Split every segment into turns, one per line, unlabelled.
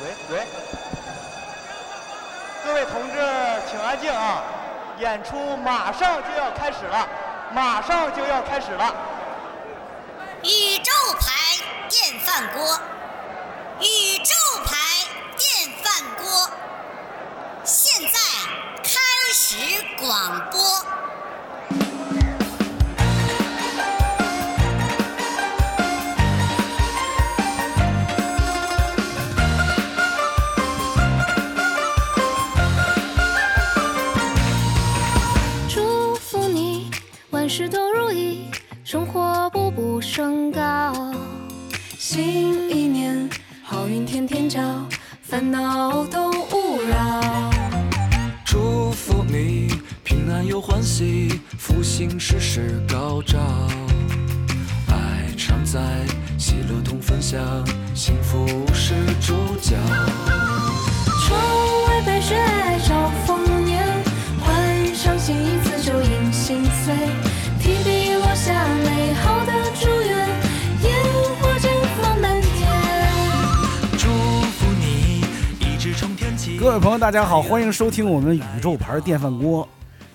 喂喂，各位同志，请安静啊！演出马上就要开始了，马上就要开始了。
宇宙牌电饭锅，宇宙牌电饭锅，现在开始广播。
祝福你万事都如意，生活步步升高。新一年好运天天找，烦恼都勿扰。
祝福你平安又欢喜，福星时时高照。爱常在，喜乐同分享，幸福是主角。
窗外白雪皑兆丰年，换上新衣辞旧迎新岁。提笔落下美好的祝愿，烟火绽放满天。
祝福你一直冲天起。
各位朋友，大家好，欢迎收听我们宇宙牌电饭锅。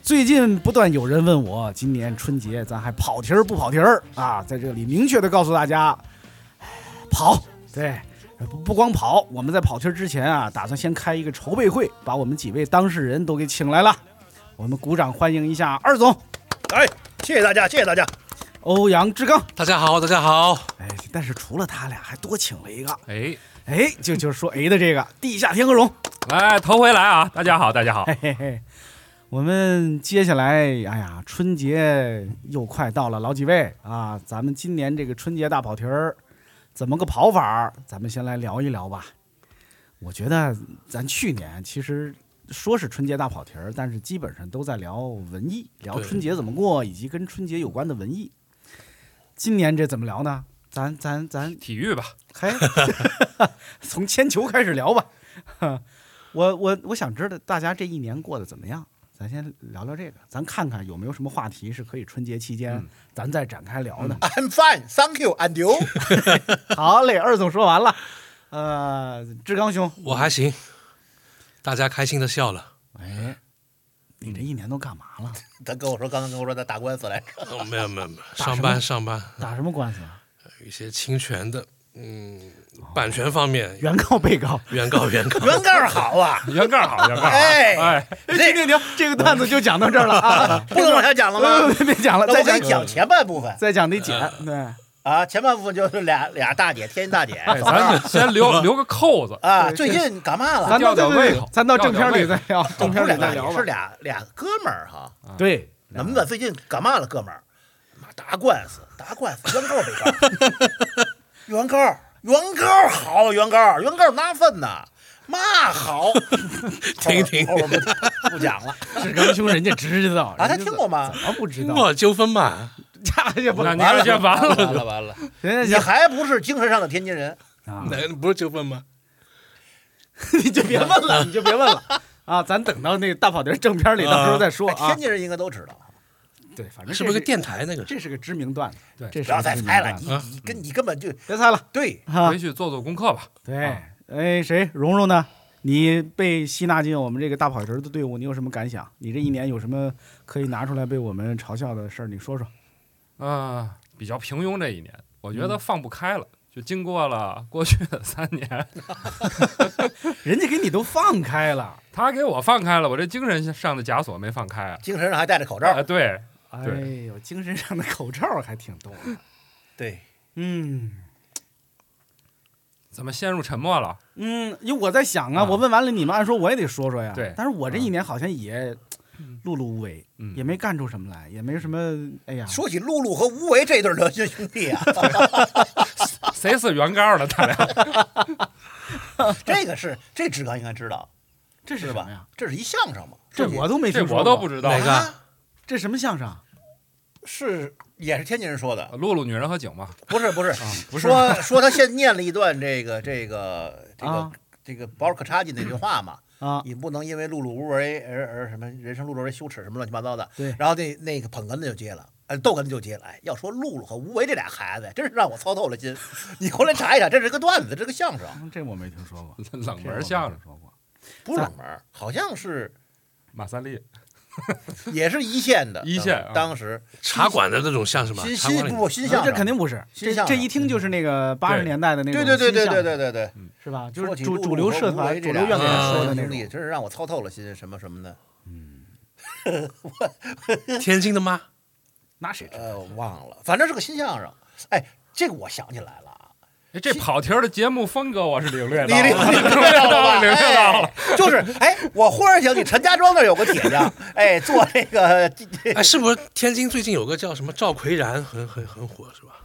最近不断有人问我，今年春节咱还跑题儿不跑题儿啊？在这里明确的告诉大家，唉跑，对，不不光跑，我们在跑题儿之前啊，打算先开一个筹备会，把我们几位当事人都给请来了，我们鼓掌欢迎一下二总
哎，谢谢大家，谢谢大家。
欧阳志刚。
大家好，大家好。
哎，但是除了他俩，还多请了一个，
哎，
哎，就就说 A 的这个地下天鹅绒。
来头回来啊！大家好，大家好。
哎
嘿嘿嘿， 我们接下来，哎呀，春节又快到了，老几位啊，咱们今年这个春节大跑题儿，怎么个跑法儿？咱们先来聊一聊吧。我觉得咱去年其实说是春节大跑题儿，但是基本上都在聊文艺，聊
对
春节怎么过，以及跟春节有关的文艺。今年这怎么聊呢？咱咱咱
体育吧，
嘿， 从铅球开始聊吧。我我我想知道大家这一年过得怎么样，咱先聊聊这个，咱看看有没有什么话题是可以春节期间、
嗯
咱再展开聊的。
I'm fine, thank you, and you？ 嗯
好嘞，二总说完了，呃，志刚兄，
我还行。大家开心的笑了。
哎，你这一年都干嘛了？
他跟我说，刚才跟我说他打官 司来着。
哦没有没有 没有，
打
上
什么
班上班，
打什么官司 啊？
有一些侵权的，嗯，版权方面，
原告、被告。
原告原 告
原告好啊，
原告好，原告好
哎
哎，
哎，停停停，这个段子就讲到这儿了啊！
不能往下讲了
别
吗？
别别讲了，
那
呃再
我给你
讲
讲前半部分
再讲得剪。对，
啊，前半部分就是俩俩大姐，天 津大姐。
哎
咱
哎
得先留留个扣子。
啊，
对
最近干 嘛了？
咱到
吊吊胃口
咱到正片里再聊，正
都不
片
是
里
俩
再
大
聊
姐，
吧
是。俩俩哥们儿哈。
对，
那么最近干嘛了，哥们儿？妈打官司，打官司，原告被告， 原告，原告好，原告，原告拿分呐，嘛 好，
停停
后边后边不不讲了
志刚兄人家知 道
啊，他听过？吗？
人家怎么不知
经
道？
过纠纷吧，
家也不
那你
人
这完
完
了，
了 完了，
家
你还不是精神上的天津人？
啊，
那不是纠纷吗？
你就别问了，你就别问了啊！咱等到那个大跑题正片里，到时候再说
哎
啊
天。津人应该都知道，
对，反正
是不是
这
个？电台那个？
这是个知名段子，
对
这是
不要
个
再
知名
猜了，
段
你
子，
啊
你根你根本就
别猜了
对，
哈
回。
哎
去做做功课吧。
对，哎，谁？蓉蓉呢？你被吸纳进我们这个大跑题的队伍，你有什么感想？你这一年有什么可以拿出来被我们嘲笑的事儿？你说说。
嗯，比较平庸这一年，我觉得放不开了。就经过了过去的三年，
人家给你都放开了，
他给我放开了，我这精神上的枷锁没放开啊。
精神上还戴着口
啊，
罩，
对，
哎
对
呦，精神上的口罩还挺多的。
对，
嗯。
怎么陷入沉默了？
嗯，因为我在想啊，
啊
我问完了你们，按说我也得说说呀。
对
但是我这
啊
一年好像也碌碌无为，
嗯
也没干出什么来，也没什么，哎呀，
说起露露和吴为这一对良心兄 弟啊，
谁是原告了？ 他俩
这个是这志刚应该知道，
这是
是
什
吧
么呀？？
这是一相声嘛？
这
是
我都没
这
听说，
我都不，知道。
哪个
啊
这什么相声？啊
是也是天津人说的，
露露女人和井嘛，
不是不是，
啊
不是
说说他现念了一段这个这个这个、
啊
这个保尔柯察金那句话嘛，
啊，
你不能因为碌碌无为而而什么人生碌碌而羞耻什么乱七八糟的。
对
然后那那个捧哏的就接了，哎，逗哏就急了。哎，要说露露和吴为这俩孩子，真是让我操透了心。 你后来查一查，这是个段子，这是个相声，
这我没听说过，
冷门相声，
说过。
不是冷门儿，好像是
马三立
也是一线的。
一线啊
当时
茶馆的那种像什么？
新
茶馆
新
里
不新相
嗯这
声，
肯定不是，
新
这
相
这
声嗯
一听就是那个八十
对
年代的那种
对对对对
新相
对
声
对对对，
是吧？就
说
是
起
主
陆
主流
和
社
吴
团、
为
主
这
流
俩啊嗯
院里人
人
说的那
经历，
种。
真是让我操透了心，什么什么的。
天津的吗？
那谁知道？
呃，我忘了，反正是个新相声。哎，这个我想起来了啊，
哎，这跑题儿的节目风格我是领略
你
到
领
了，
领略到了吧？
领略到了。
哎，就是哎，我忽然想起陈家庄那儿有个铁匠，哎，做这个
哎，是不是天津最近有个叫什么赵奎然，很很很火是吧？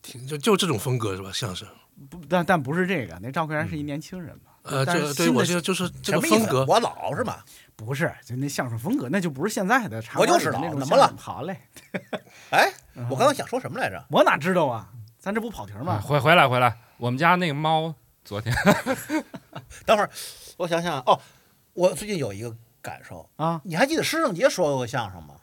挺就就这种风格是吧？相声，
不，但但不是这个，那赵奎然
嗯
是一年轻人嘛？
呃，
但是
这对
新的
我觉得就是
什
这个
么意
风
思
格。
我老是吗？
不是，就那相声风格，那就不是现在的茶
我
馆
就
里
知
的那
道
种
怎
相
么
声
了
好嘞，
哎，我刚才想说什么来着？
我哪知道啊？咱这不跑题儿
啊
吗？
回回来回来，我们家那个猫昨天
等会儿我想想哦，我最近有一个感受，
啊，
你还记得师胜杰说过个相声吗？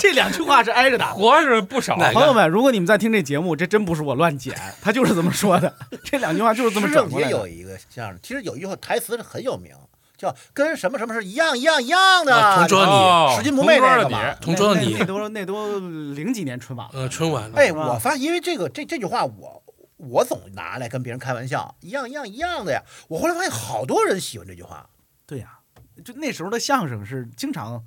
这两句话是挨着打的。
活着不少，
哪个
朋友们，如果你们在听这节目，这真不是我乱剪，他就是这么说的， 这两句话就是这么
施
转
正
过
杰
来
有
的。
一个相声，其实有一句话台词是很有名，叫“跟什么什么是一样一样一样的”
啊同桌你
哦
拾金不昧
同桌
那个
的
嘛
你
同桌的
那那
你
那，都那都零几年春晚了，
呃，春晚，
哎，
啊
是吧
我发因为这个这这句话我。我总拿来跟别人开玩笑，一样一样一样的呀。我后来发现好多人喜欢这句话，
对呀、就那时候的相声是经常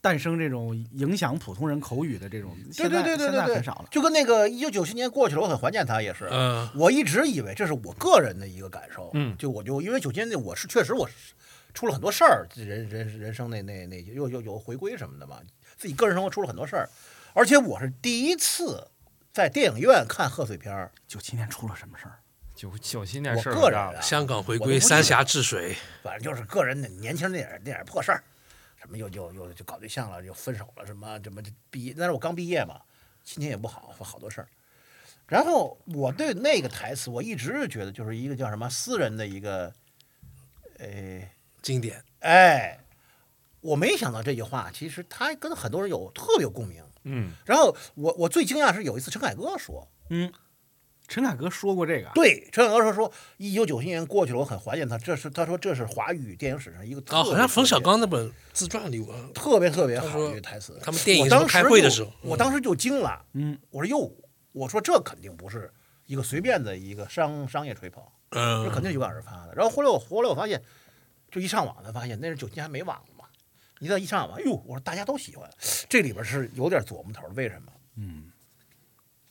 诞生这种影响普通人口语的这种，
对
现
对
在
对对
现在
对对，
很少了。
就跟那个一九九七年过去了，我很怀念他也是。
嗯
我一直以为这是我个人的一个感受，
嗯
就我就因为九七年那我是确实我是出了很多事儿，人人人生那那那又又有回归什么的嘛，自己个人生活出了很多事儿，而且我是第一次在电影院看贺岁片儿，
九七年出了什么事儿？
九九七年
我
事儿
个人、
大
啊
了，、
香港回
我都
归，
不记得
三峡治水，
反正就是个人的年轻那点儿那点儿破事儿，什么又又又就搞对象了，又分手了，什么什么毕业，那是我刚毕业嘛，心情也不好，好多事儿。然后我对那个台词，我一直是觉得就是一个叫什么私人的一个，呃，
经典。
哎，我没想到这句话，其实他跟很多人有特别有共鸣。
嗯，
然后我我最惊讶是有一次陈凯歌说，
陈凯歌说过这个啊，
对，陈凯歌说说一九九七年过去了，我很怀念他，这是他说这是华语电影史上一个特
哦，
别
好像冯
特
小
别
刚那本自传里，我
特别特别好
说
的一个台词。
他们电影
我
什么
当时
开会的
就
时候
我当时就惊了，
嗯，
我说哟，我说这肯定不是一个随便的一个商商业吹捧，这肯
嗯，
定有感而发的。然后后来我后来我发现，就一上网才发现那是九七年还没网呢嘛，一到一上网，哟，我说大家都喜欢，这里边是有点琢磨头的，为什么？
嗯，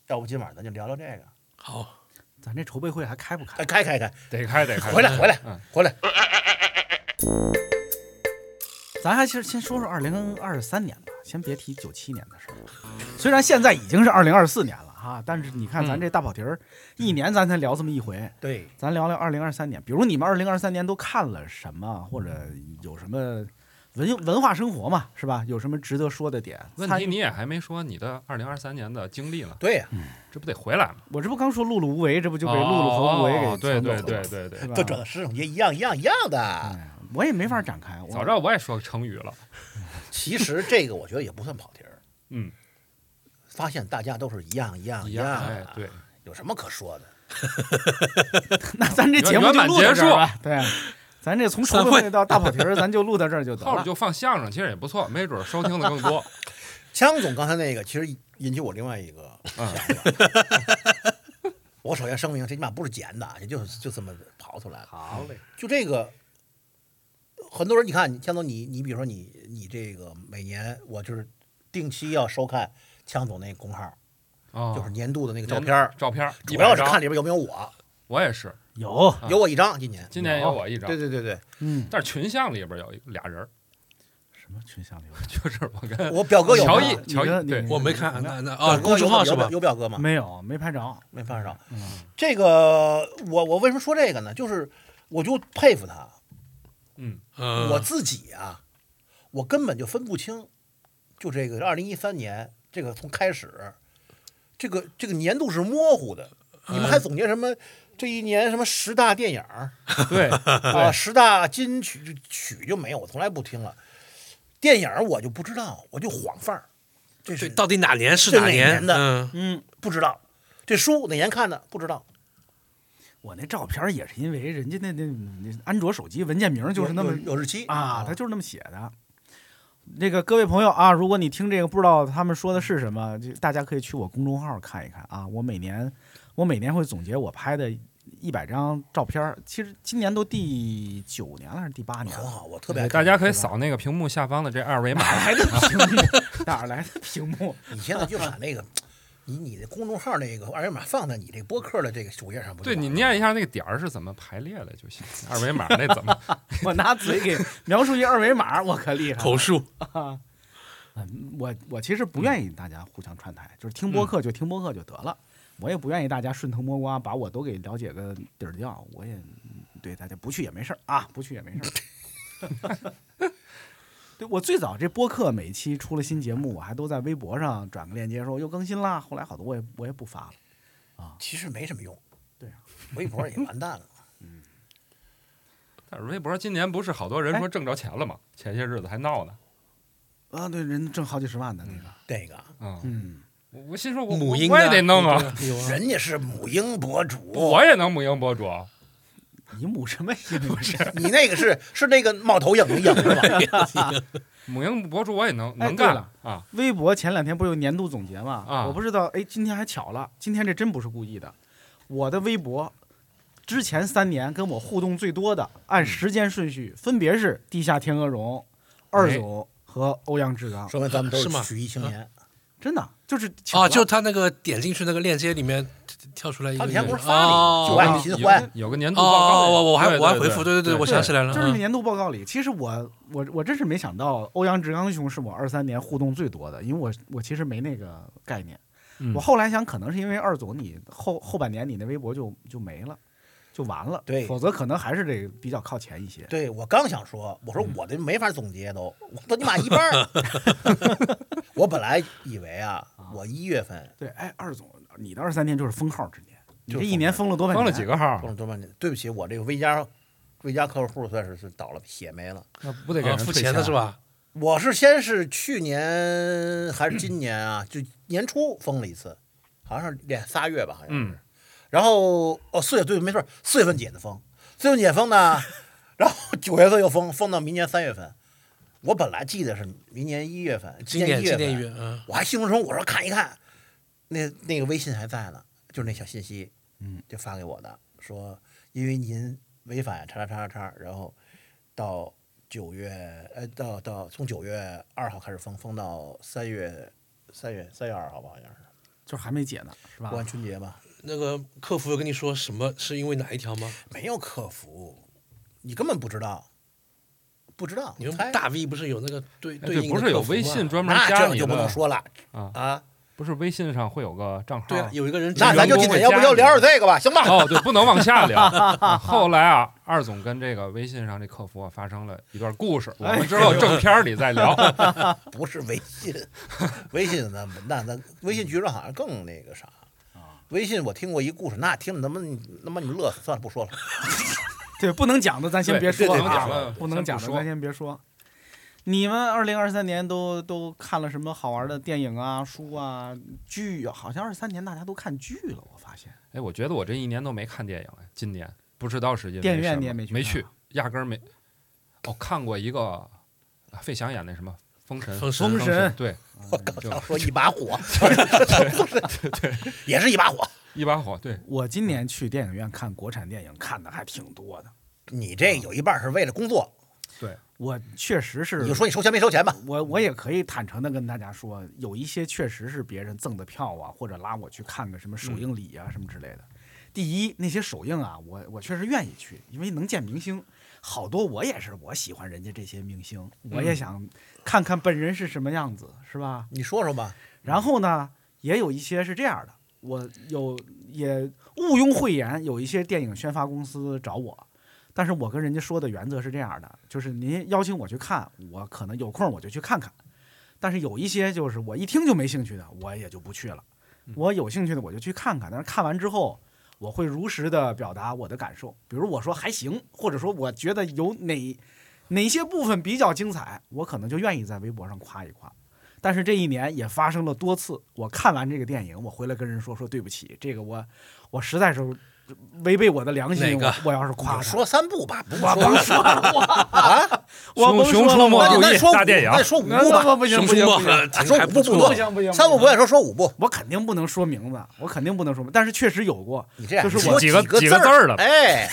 要不今晚咱就聊聊这个，
好，
咱这筹备会还开不
哎，
开？
开开开，
得开得开，
回来回来
嗯
回来，
咱还先先说说二零二三年吧，先别提九七年的事儿。虽然现在已经是二零二四年了哈，但是你看
嗯
咱这大跑题儿，一年咱才聊这么一回，
对，
咱聊聊二零二三年，比如你们二零二三年都看了什么，或者有什么文文化生活嘛，是吧？有什么值得说的点？
问
参
题
与
你也还没说你的二零二三年的经历呢，
对呀、
这不得回来吗？
我这不刚说碌碌无为，这不就被
哦
碌碌和无为
哦
给
对
抢走了
对
吗
对，对对
是，吧
都整个石永杰一样一样一样的。
哎我也没法展开，我
早知道我也说成语了，
其实这个我觉得也不算跑题儿，
嗯，
发现大家都是一样一样
一
样
样，
的，
哎，对，
有什么可说的？
那咱这节目
原
就
版
录到
结
这
束
儿吧。对， 咱这从筹备会到大跑题儿，咱就录到这儿就得
后
了
边。就放相声，其实也不错，没准儿收听的 更多。
枪总刚才那个其实引起我另外一个想
嗯
法。我首先声明，这起码不是捡的，这就是就这么刨出来的。
好嘞，
就这个，很多人你看，枪总你你比如说你你这个每年我就是定期要收看枪总那公号，
啊，
就是年度的那个照
年
片儿，
照片儿，
主要是
100张
看里边有没有我，
我也是，
有，
啊
有我一张，今年。
今年有我一
哦
张
对，对对对，
嗯，
但是群像里边有一个俩人儿，
什么群像里有？
就是 我跟
我表哥哦有吗
乔毅
你，
乔
跟
毅，
你
对
跟
我没
你
看，
跟
那那
表
呃啊，
哥
公众
有
号
有
是吧
有？有表哥吗？
没有，没拍着。
没办法。
嗯
这个我我为什么说这个呢？就是我就佩服他，
嗯，
嗯，
我自己啊，我根本就分不清，就这个二零一三年这个从开始，这个这个年度是模糊的。你们还
嗯
总结什么？这一年什么十大电影儿
对，
嗯
啊，十大金曲就曲就没有，我从来不听了。电影儿我就不知道，我就晃范儿。这
对，
是
到底哪年是
这
哪
哪
年？
年的
嗯，
嗯，
不知道，这书哪年看的不知道，
我那照片也是因为人家那那那安卓手机文件名就是那么
有哦有有日期
啊，他就是那么写的。那个各位朋友啊，如果你听这个不知道他们说的是什么，就大家可以去我公众号看一看啊。我每年我每年会总结我拍的一百张照片儿，其实今年都第九年了还是第八年
很
了，
好，我特别爱看
大家可以扫那个屏幕下方的这二维码。
来的屏幕，哪儿来的屏幕？
你现在就把那个你你的公众号那个二维码放在你这个播客的这个主页上不就
对
完了
你
吗？
念一下那个点儿是怎么排列的就行。二维码那 怎么？
我拿嘴给描述一二维码，我可厉害了。
口述
嗯，我我其实不愿意大家互相串台，就是听播客就听播客就得了。我也不愿意大家顺藤摸瓜，把我都给了解个底儿掉。我也对大家不去也没事儿啊，不去也没事儿。 对我最早这播客每期出了新节目，我还都在微博上转个链接说又更新啦。后来好多我也我也不发了。
其实没什么用，
对啊，
微博也完蛋了。
但是微博今年不是好多
哎
人说挣着钱了吗？前些日子还闹呢。
啊，对，人挣好几十万的那个，
这个
嗯，
嗯，
我我心说我
母
我
婴
我也
啊
得弄啊，
人家是母婴博主，
我也能母婴博主。啊
你母什么音？不是，
你那个是是那个冒头影的影是吧？
母婴博主我也能
哎对
能干
了
啊！
微博前两天不是有年度总结吗？
啊
我不知道，哎，今天还巧了，今天这真不是故意的。我的微博之前三年跟我互动最多的，按时间顺序分别是地下天鹅绒、二总和欧阳志刚，
说明咱们都
是吗
曲艺青年。
真的就是巧
啊，
了
就他那个点进去那个链接里面跳出来一个
他
人，
以前不是发你，就
哦
爱你
有
心欢，
有个年度
哦
报告
哦，
的，
我我还
对
我还回复，对对
对
对，我想起来了，
就是那
嗯
年度报告里，其实我我我真是没想到欧阳志刚兄是我二三年互动最多的，因为我我其实没那个概念。
嗯
我后来想，可能是因为二总你后后半年你那微博就就没了，就完了，
对
否则可能还是得比较靠前一些。
对我刚想说，我说我这没法总结都，我都你妈一半儿。 我本来以为啊，我一月份
对，哎，二总，你的二三年就是封号之年，你
就
这
是
一年封了多半
封
年，
了几？个号
啊
过，了多半年，对不起，我这个微加微加客户算是是倒了血霉了。
那不得给
啊
人
付
退
钱的是？吧？
我是先是去年还是今年啊，就年初封了一次，好像是两仨月吧，好像是。
嗯
然后哦，四月对，没错，四月份解的封，四月份解封呢， 然后九月份又封，封到明年三月份。我本来记得是明年一月份，
今
一
年今
月
年
份
一，月，嗯，
我还兴冲冲我说看一看，那那个微信还在呢，就是那小信息，嗯，就发给我的，说因为您违反叉叉叉叉叉，然后到九月呃到到从九月二号开始封，封到三月三月三月二号吧，好像是
就是还没解呢，是吧
过？完春节吧，
那个客服有跟你说什么是因为哪一条吗？
没有客服，你根本不知道，不知道，
你们
猜
大 V 不是有那个对
哎
对
对，
应的
不是有
客服吗啊
微信专门
那
加
这
你
就不能
的
说了
啊？
啊，
不是微信上会有个账号？
对啊，有一个人
那咱就
员
今
工会
天要不
加
就
你
聊点这个吧，行吧？
哦，对，不能往下聊。后来啊，二总跟这个微信上这客服啊发生了一段故事，我们之后正片儿里再聊。
不是微信， 微信那那那微信局长好像更那个啥。微信我听过一故事，那听着他妈他妈你们乐死，算了不说了。
对，不能讲的咱先别说
对对
啊，
对
不能讲的
先不说
咱先别说。你们二零二三年都都看了什么好玩的电影啊、书啊、剧啊？好像二三年大家都看剧了，我发现。
哎，我觉得我这一年都没看电影，哎，今年不知道是因为
电影院
什么
你也没
没
去
去
看啊，
压根儿没。哦，看过一个啊费翔演那什么《封神》，
封神封
神
对，
我刚
就
想说一把 火， 也是一把火。
一把火，对，
我今年去电影院看国产电影，看的还挺多的。
你这有一半是为了工作，
我确实是，
你就说你收钱没收钱吧。
我我也可以坦诚的跟大家说，有一些确实是别人赠的票啊，或者拉我去看个什么首映礼啊、什么之类的。第一，那些首映啊，我我确实愿意去，因为能见明星，好多我也是我喜欢人家这些明星，我也想看看本人是什么样子，是吧？
你说说吧，
然后呢，也有一些是这样的，我有也毋庸讳言，有一些电影宣发公司找我，但是我跟人家说的原则是这样的，就是您邀请我去看，我可能有空我就去看看，但是有一些就是我一听就没兴趣的，我也就不去了。
嗯
我有兴趣的我就去看看，但是看完之后。我会如实的表达我的感受，比如我说还行，或者说我觉得有哪哪些部分比较精彩，我可能就愿意在微博上夸一夸。但是这一年也发生了多次，我看完这个电影，我回来跟人说说对不起，这个我我实在是违背我的良心，
哪个
我我要是夸他，
说三部吧，不
我
说
甭说了，
啊，
我甭说
熊熊
了，
出没
我
那就
注
咱
意
说五
大电影
那就说五部
那
吧，
不不行
熊
不
出
行
没
不行，
挺
说
还
五部
不
不
错
不，行不行，
三部不愿说说五部，
我肯定不能说名字，我肯定不能说名，但是确实有过，
你这样
就是
你
我
说
几
个
个几个字儿了
哎，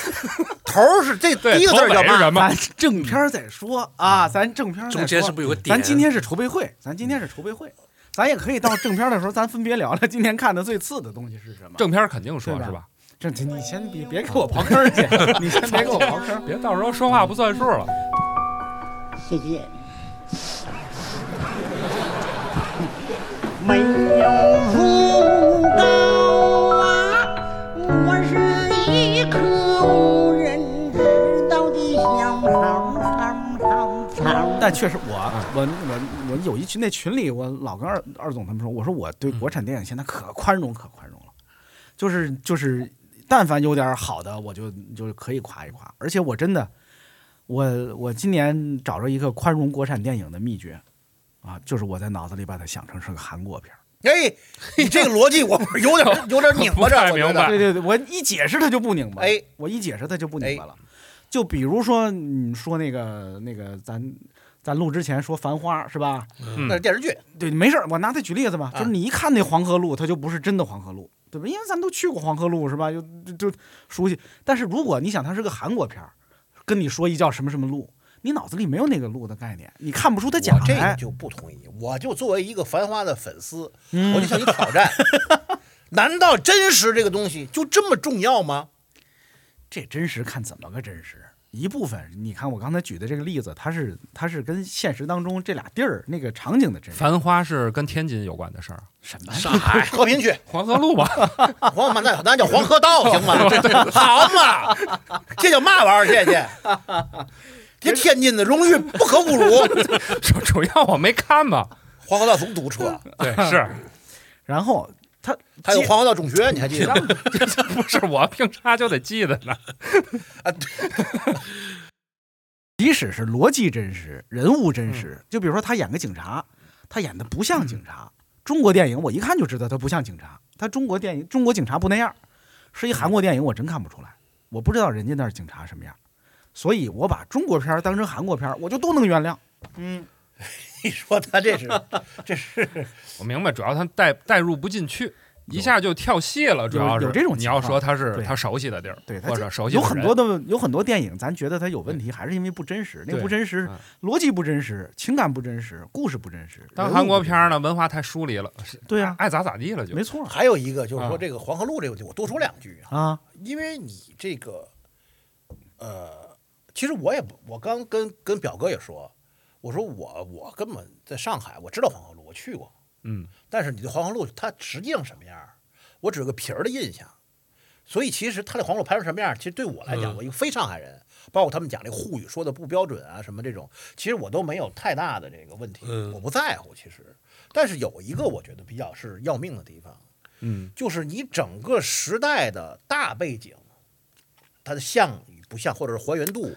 头儿是这
对，
第一个字
头
儿
尾
叫
是什
嘛？
么
咱？正片儿再说啊，咱正片儿再说
中间是不是有个点？
咱今天是筹备会，咱今天是筹备会，咱也可以到正片儿的时候，咱分别聊聊今天看的最次的东西是什么。
正片儿肯定说
对吧
是吧？
正经，你先别别给我刨坑儿去，你先别给我刨坑儿。
别到时候说话不算数了。
谢谢。没有福报啊，我是一颗无人知道的小草草草草。
但确实我，我我我有一群那群里，我老跟二二总他们说，我说我对国产电影现在可宽容可宽容了，就是就是，但凡有点好的，我就就是可以夸一夸。而且我真的，我我今年找着一个宽容国产电影的秘诀啊，就是我在脑子里把它想成是个韩国片儿。
哎，你 这个逻辑我有点有点拧巴着，
不太
我觉
明
得
白
对对对，我一解释他就不拧巴。
哎，
我一解释他就不拧巴了。就比如说你说那个那个，咱咱录之前说《繁花》是吧？
那
嗯
是电视剧，
对，没事儿，我拿它举例子吧，
啊
就是你一看那黄河路，它就不是真的黄河路，对吧？因为咱都去过黄河路是吧？就就就熟悉。但是如果你想它是个韩国片儿，跟你说一叫什么什么路，你脑子里没有那个路的概念，你看不出它假
我这个
来。
就不同意。我就作为一个《繁花》的粉丝，
嗯
我就向你挑 战：难道真实这个东西就这么重要吗？
这真实看怎么个真实？一部分，你看我刚才举的这个例子，它是它是跟现实当中这俩地儿那个场景的真实。
繁花是跟天津有关的事儿，啊
什么？
上
哎
海，
和平 区，
黄河路吧？
黄嘛，那那叫黄河道行 吗？这好嘛，这叫嘛玩意儿？谢谢。 这天津的荣誉不可侮辱，
主主要我没看嘛。
黄河道总堵车，
对，是
然后它
还有
接
黄河道中学，你还 记得吗？
不是我凭啥就得记得呢？
啊，对
即使是逻辑真实、人物真实，
嗯
就比如说他演个警察，他演的不像警察。中国电影我一看就知道他不像警察，他中国电影中国警察不那样。
嗯
是一韩国电影，我真看不出来，我不知道人家那儿警察什么样，所以我把中国片儿当成韩国片儿，我就都能原谅。
你说他这 是这是
我明白，主要他代代入不进去，一下就跳戏了。主要是
有这种
你
情况
要说他是
对
他熟悉的地儿，
对，它
或
这
者熟悉
有
的
很
人
多的有很多电影，咱觉得它有问题，还是因为不真实。那个
对
不真实
嗯，
逻辑不真实，情感不真实，故事不真实。
但
人物
韩国
不真
片儿呢，文化太疏离了，是
对啊
爱咋咋地了
实，
就
没。错儿
还有一个就是说
啊
这个黄河路这个问题，我多说两句啊，
啊。
因为你这个，呃，其实我也不，我刚跟跟表哥也说，我说我我根本在上海，我知道黄河路，我去过，
嗯，
但是你对黄河路它实际上什么样儿，我只有个皮儿的印象。所以其实他这黄河路拍成什么样儿，其实对我来讲，
嗯
我一个非上海人，包括他们讲这沪语说的不标准啊什么这种，其实我都没有太大的这个问题，
嗯
我不在乎其实。但是有一个我觉得比较是要命的地方，
嗯，
就是你整个时代的大背景，它的像与不像，或者是还原度，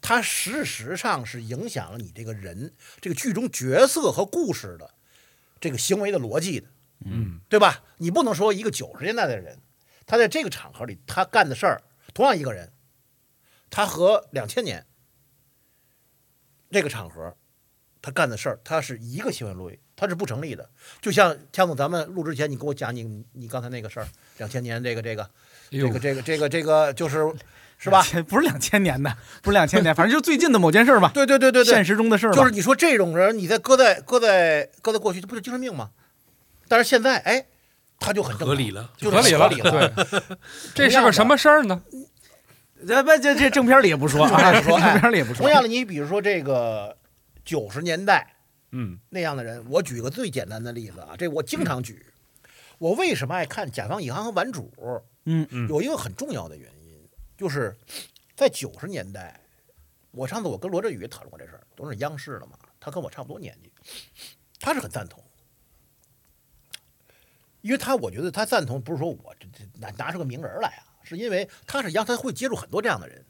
它事实上是影响了你这个人、这个剧中角色和故事的这个行为的逻辑的，嗯，对吧？你不能说一个九十年代的人，他在这个场合里他干的事儿，同样一个人，他和两千年这个场合他干的事儿，他是一个行为逻辑，他是不成立的。就像强总，咱们录之前你跟我讲你你刚才那个事儿，两千年这个这个
哎
这个这个这个这个就是是吧？
2000？不是两千年的，不是两千年，反正就是最近的某件事儿吧。
对对对对对，
现实中的事儿吧。
就是你说这种人，你在搁在搁在搁在过去，他不就精神病吗？但是现在，哎，他就很正常
合理了
就是
合理
合
了，
理了。
对，这是个什么事儿呢？
这哎不这这正片儿里也不说，啊，
说 哎
正片儿里也不说
同。样的，你比如说这个九十年代
嗯，
那样的人，我举个最简单的例子啊，这我经常举。我为什么爱看《甲方乙方》和《顽主》？
嗯
嗯
有一个很重要的原因，就是在九十年代，我上次我跟罗振宇也讨论过这事儿，都是央视的嘛，他跟我差不多年纪，他是很赞同，因为他我觉得他赞同不是说我这这拿拿出个名人来啊，是因为他是央，他会接触很多这样的人，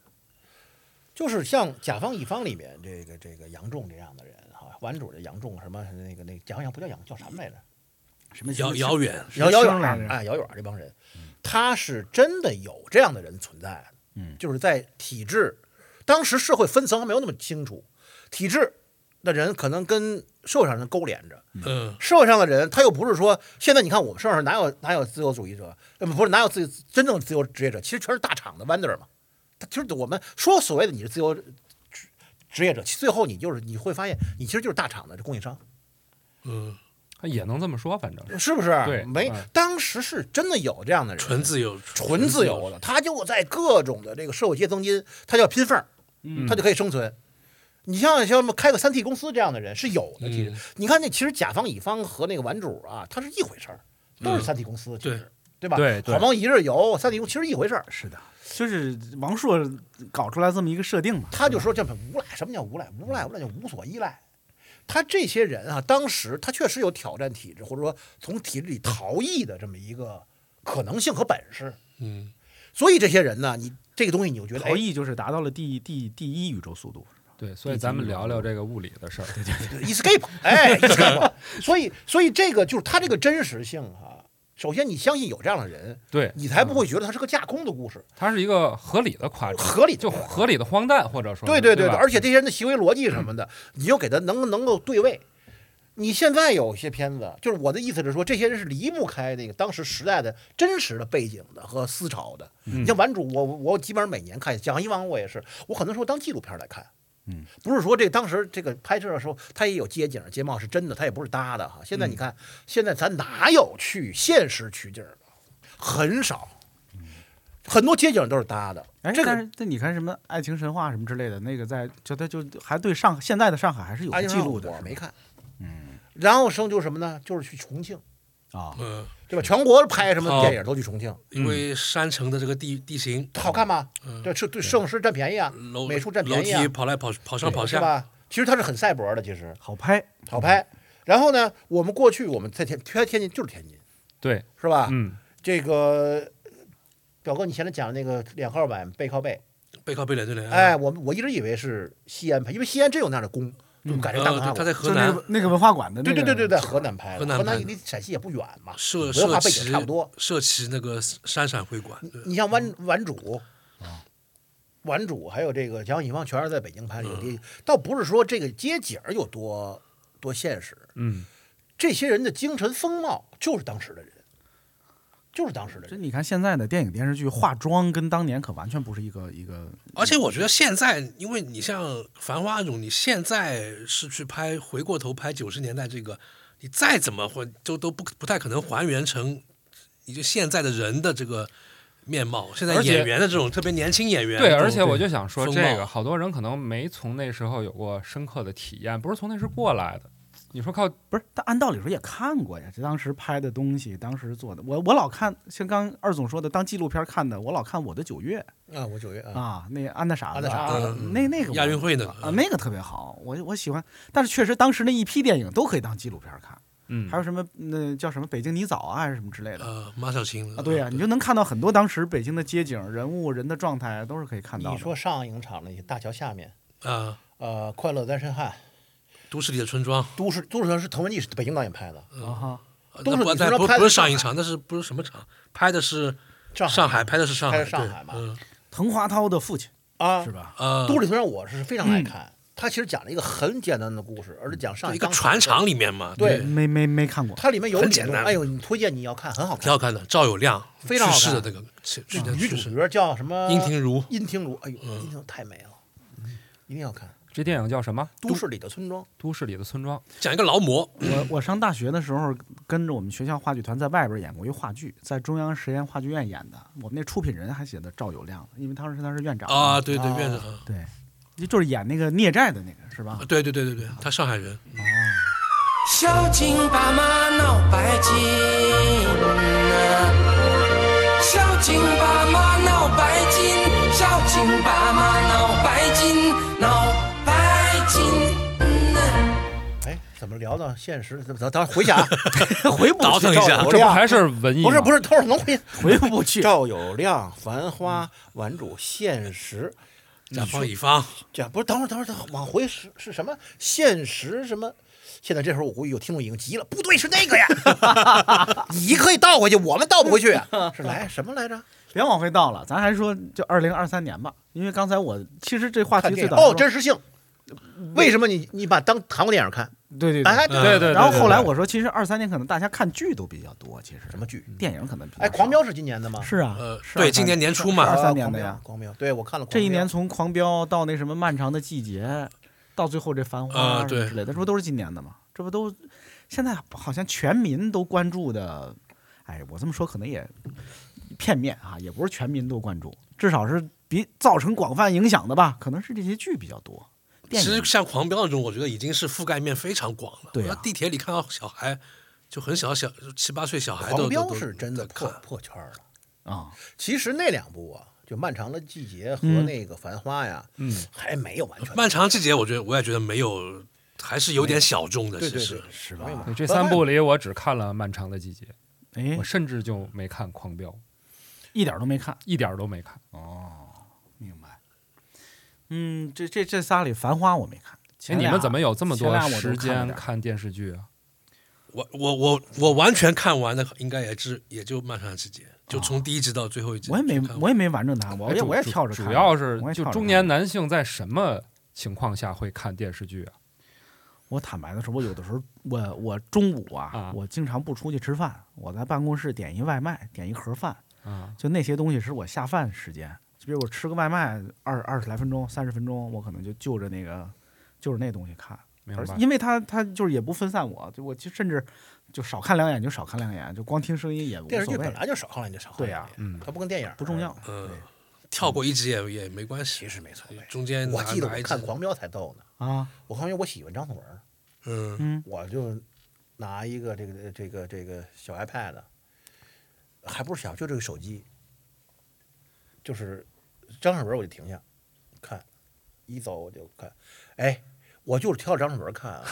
就是像甲方乙方里面这个这个杨仲这样的人哈、顽主的杨仲什么那个那个好像不叫杨叫什么来着？
什么
遥遥远，
姚姚
生
远
来
儿
着
哎，姚远儿这帮人，他是真的有这样的人存在，
嗯，
就是在体制，当时社会分层还没有那么清楚，体制的人可能跟社会上人勾连着，
嗯，
社会上的人他又不是说现在你看我们社会上哪有哪有自由主义者，呃不是哪有自由真正的自由职业者，其实全是大厂的 wonder 嘛，他就是我们说所谓的你是自由职职业者，其最后你就是你会发现你其实就是大厂的供应商。
嗯，
也能这么说，反正是
是不是？
对
没
嗯，
当时是真的有这样的人，
纯自由，
纯自由的，他就在各种的这个社会阶层因，他就要拼缝儿，
嗯
他就可以生存。你像像什么开个三 T 公司这样的人是有的，其实、
嗯
你看那其实甲方乙方和那个玩主啊，他是一回事儿，都是
嗯
三 T 公司，其
对
实对吧？
对对
好梦一日游，三 T 公司其实一回事儿。
是的，就是王朔搞出来这么一个设定嘛。
他就说这么无赖，什么叫无赖？无赖无赖叫无所依赖。他这些人啊，当时他确实有挑战体制，或者说从体制里逃逸的这么一个可能性和本事。
嗯，
所以这些人呢，你这个东西你就觉得，
逃
哎，
逸就是达到了第第第一宇宙速度，
对，所以咱们聊聊这个物理的事儿。对对 对，
escape，哎，escape。所以，所以这个就是他这个真实性啊。首先，你相信有这样的人，
对嗯
你才不会觉得他是个架空的故事，
它是一个合理的夸张，
合理的
就合理的荒诞，或者说
对
对
对嗯
吧
而且这些人的行为逻辑什么的，你就给他能能够对位。你现在有些片子，就是我的意思是说，这些人是离不开那个当时时代的真实的背景的和思潮的。你嗯像《顽主》，我我基本上每年看《讲义王》，我也是，我很多时候当纪录片来看。
嗯，
不是说这当时这个拍摄的时候，他也有街景街貌是真的，他也不是搭的哈。现在你看，现在咱哪有去现实取景的？很少，嗯很多街景都是搭的。
哎，
这个
但是但你看什么爱情神话什么之类的，那个在就它就还对上现在的上海还是有
安
记录的，
我
是吧
没看。嗯，然后生就是什么呢？就是去重庆，
啊，
嗯，
对吧？全国拍什么电影都去重庆，
因为山城的这个地地形，
好看吗？对，摄对摄影师占便宜啊，
嗯楼
美术占
楼
便宜
梯
啊，
跑来跑跑上跑
是
下，
吧？其实它是很赛博的，其实
好拍，
好拍。然后呢，我们过去我们在天天天津就是天津，
对，
是吧？
嗯，
这个表哥，你前面讲的那个脸号版背靠背，
背靠背脸对
嗯
啊脸，
哎，，我们我一直以为是西安拍，因为西安真有那样的宫，
嗯
就感觉大
呃，
文化
对他在
宫。
就
河
那
南
个那个文化馆的那
对
个，
对对对对，河南拍的，
河
河
南拍的
离陕西也不远嘛，
设
文化
设
背
旗
景差不多。
设旗那个山闪会馆，对嗯啊
你像顽顽主，顽主还有这个《蒋以望》，全是在北京拍的，有
嗯
地，倒不是说这个街景儿有多多现实，
嗯，
这些人的精神风貌就是当时的人，就是当时的
这
人。
你看现在的电影电视剧化妆跟当年可完全不是一个一个，
而且我觉得现在，因为你像《繁花》那种，你现在是去拍，回过头拍九十年代这个，你再怎么会都都不不太可能还原成你就现在的人的这个面貌。现在
而且
演员的这种特别年轻演员，
对，
这种
而且我就想说，
风
这
貌
个好多人可能没从那时候有过深刻的体验，不是从那时候过来的。你说靠
不是，但按道理说也看过呀，这当时拍的东西，当时做的，我我老看，像刚二总说的，当纪录片看的，我老看《我的九月
啊，我九月》啊，
啊，那安那啥
安
子
娜傻
啊
子嗯
那那个我
亚运会那个
啊，那个特别好，我我喜欢，但是确实当时那一批电影都可以当纪录片看，
嗯
还有什么那叫什么《北京你早》啊，还是什么之类的。
呃，马小晴
啊，对呀、你就能看到很多当时北京的街景、人物、人的状态都是可以看到的。
你说上影厂那些大桥下面，
啊，
呃，《快乐单身汉》，
都市里的村庄，
都市都市是滕文丽是北京导演拍的，
啊哈，
呃
都市
那
里
不
的村
那
庄
不
拍的
不是
上
上影
海
厂，那是不是什么厂？拍的是
上
上海，拍的是上海，
拍的上
对
海嘛
嗯
滕华涛的父亲
啊
是，吧？
呃，
都市里村庄我是非常
嗯
爱看，它其实讲了一个很简单的故事，而且讲上海
一个
刚
船
起来
厂里面嘛，
对
没没没看过。
它里面有
很
理
简
论
单
哎呦，你推荐你要看，很好
挺
看。
好看的。赵有亮
非常好
去世的
看
那个，去去年
女
去
主
世的
角叫什么？
殷婷如，
殷婷如，哎呦，殷婷如太美了，一定要看。
这电影叫什么？
都市里的村庄，
都市里的村庄。
讲一个劳模，
我我上大学的时候，跟着我们学校话剧团在外边演过一话剧，在中央实验话剧院演的。我们那出品人还写的赵有亮，因为当时他是院长
啊，
嘛
对对，
啊
院长，
对，就是演那个孽债的那个是吧
呃
啊？对对对对对，他上海人，
孝敬爸妈闹白金啊！孝敬爸妈闹白金，孝敬爸妈闹白金，闹白金啊！
哎，怎么聊到现实？怎么？咱回想，回不去
倒腾一下
赵有
这不
亮
还是文艺？
不是不，是，都是能回
回不去。
赵有亮、《繁花》《顽主》《现实》，
甲方乙方，
这不是等会儿等会儿等会儿往回是是什么现实什么？现在这时候我估计有听众已经急了，不对，是那个呀！你可以倒回去，我们倒不回去啊。是来什么来着？
别往回倒了，咱还说就二零二三年吧，因为刚才我其实这话
看
题最
电影
早
哦，
是
真实性。为什么你你把当韩国电影看？
对对对。
哎，
对
对
然后后来我说，其实二三年可能大家看剧都比较多，其实
什么剧？
电影可能比较
哎，
少
狂飙是今年的吗？
是啊，
呃，
是
对，
23
今年年初嘛
是，23
啊
年的
狂飙
呀
狂飙。对，我看了狂
这
飙。
一年从狂飙到那什么漫长的季节，到最后这繁
啊
花
对
之类的，这不都是今年的吗？这不都现在好像全民都关注的，哎，我这么说可能也片面啊，也不是全民都关注，至少是比造成广泛影响的吧，可能是这些剧比较多，
其
电
实
影
像狂飙这种，我觉得已经是覆盖面非常广了。
对啊
我在地铁里看到小孩，就很小小就七八岁小孩都
狂飙
都
是真的
都
破
看。
破圈了。
啊，
其实那两部啊，就《漫长的季节》和
嗯
那个《繁花》呀，嗯，还没有完全
漫长季节，我觉得我也觉得没有，还是有点小众的。
对
其
对
实
对，
是吧
没？有
对这三部里，我只看了《漫长的季节》，
哎
我，甚至就没看《狂飙》，
一点儿都没看，哦
一点儿都没看。
明白？嗯，这这这仨里，《繁花》我没看，
哎，
前
你
俩
们怎么有这么
前
多
俩我都
时
看了
间
点儿
看电视剧啊？
我我我我完全看完的，应该也只也就漫长季节，就从第一集到最后一集。
我也没
全看完
我也没完整它，我
哎
也
主
我也
主
跳着看
主要是
我也
就
跳着
中
看
年男性在什么情况下会看电视剧啊？
我坦白的说，我有的时候，我我中午啊，
啊
我经常不出去吃饭，我在办公室点一外卖，点一盒饭，
啊，
就那些东西是我下饭时间。就比如我吃个外卖，二二十来分钟、三十分钟，我可能就就着那个就着那东西看，
明
而
白。
因为它它就是也不分散我，就我就甚至就少看两眼就少看两眼，就光听声音也无
电视
所
剧本
谓，
来就少看了，你就少看了
对呀
嗯
它不跟电影
不重要。。
嗯，跳过一集也也没关系。
其实没所
哎
谓
中间
我
哪
记得
哪一
我
集
看《狂飙》才逗呢。
啊，
我看因为我喜欢张颂文，
嗯
嗯，
我就拿一个这个这个这个小 iPad，还不是小，就这个手机，就是张颂文我就停下看，一走我就看，哎，我就是挑着张颂文看啊。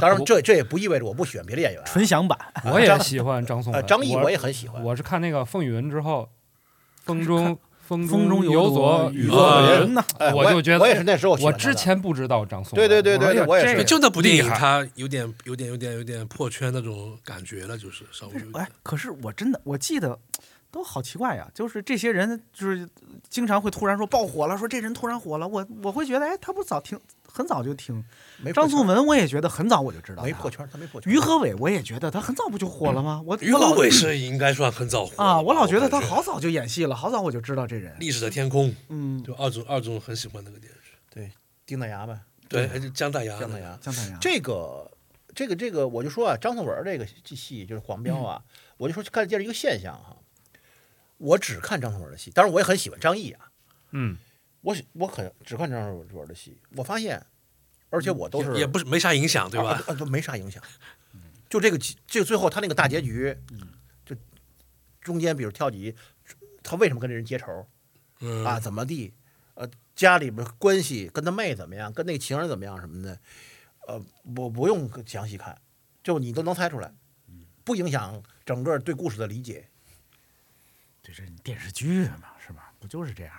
当然这这也不意味着我不喜欢别的演员啊，
纯享版
我也
张
喜欢张颂
呃
文，
张译
我
我也很喜欢。
我是看那个《风雨人》之后，风中
嗯
风
风中
游
游
左
雨
左
左
云呐
哎
啊我就觉得
我也是那时候喜
我
欢他的
之前不知道张颂
对
文，
对对对对，
我哎
我也
这
是
个
就那部电影，
厉害
它有点有点有点有点破圈那种感觉了，就是稍微有点。
哎，可是我真的，我记得都好奇怪呀，就是这些人就是经常会突然说爆火了，说这人突然火了，我我会觉得，哎，他不早听，很早就听
没破
张
圈
颂文，我也觉得很早我就知道
没
他
破。圈，他没破圈。
于和伟，我也觉得他很早不就火了吗？我
于
我
和
老
伟是应该算很早火的
啊，我老觉得他
感
好早就演戏了，好早我就知道这人。
历史的天空，
嗯，
就二总二总很喜欢那个电视剧，
对丁大牙呗，
对，还是姜大牙，
姜大牙。
姜太阳
这个这个这个，我就说啊，张颂文这个戏戏就是黄标
嗯
啊，我就说看见了一个现象哈、我只看张颂文的戏，当然我也很喜欢张译啊，
嗯，
我喜我很只看张颂文的戏，我发现，而且我都是
也不是没啥影响，对
啊
吧？嗯
啊都没啥影响，就这个几就最后他那个大结局，就中间比如跳级，他为什么跟这人结仇
嗯
啊？怎么地？呃，家里边关系跟他妹怎么样，跟那个情人怎么样什么的，呃，我不用详细看，就你都能猜出来，不影响整个对故事的理解。
这是电视剧嘛，是吧？不就是这样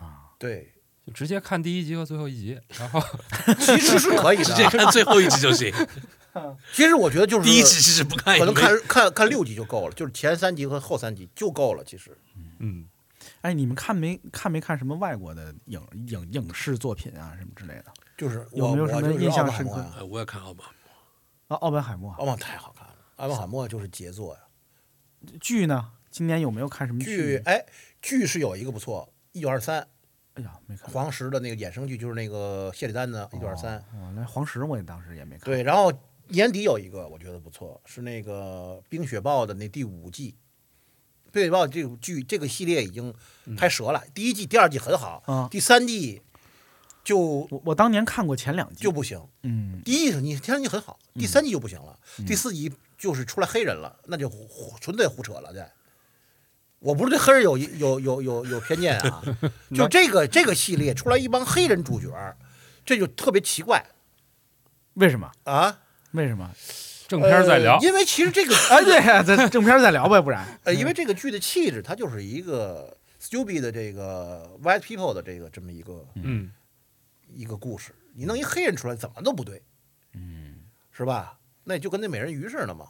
吗？
对，
就直接看第一集和最后一集，然后
其实是可以
直接
的。啊
看最后一集 就行，
其实我觉得就是
第一集其实不看也
可
没
能看看看六集就够了，就是前三集和后三集就够了。其实
嗯，
哎，你们看没看没看什么外国的影影影视作品啊，什么之类的？
就是
有
我
没有
我
什么
就是
印象
奥本海
深
默
刻
呀
呃我也看好 吧，
啊，奥本海默
奥本太好看了，奥本海默就是杰作呀。
剧呢？今年有没有看什么
剧哎，剧是有一个不错，《一九二三
哎呀，没》看。
黄石的那个衍生剧，就是那个谢里丹的《一九二三》。
哦，那黄石我也当时也没看。
对，然后年底有一个我觉得不错，是那个《冰雪暴》的那第五季。《冰雪暴》这个剧这个系列已经
嗯
拍折了，第一季、第二季很好，
啊
第三季就
我我当年看过前两集，
就不行。
嗯，
第一季你第三季很好，第三季就不行了，
嗯
第四季就是出来黑人了，那就胡胡纯粹胡扯了。对，我不是对黑人有有有有有偏见 啊，就这个这个系列出来一帮黑人主角，这就特别奇怪
为什么？
啊。
为什么？
正片儿再聊
呃，因为其实这个
哎，对，咱正片儿再聊呗，不然
呃，因为这个剧的气质，它就是一个 Stupid 的这个 White People 的这个这么一个
嗯，
一个故事，你弄一黑人出来怎么都不对，嗯，是吧？那就跟那美人鱼似的嘛，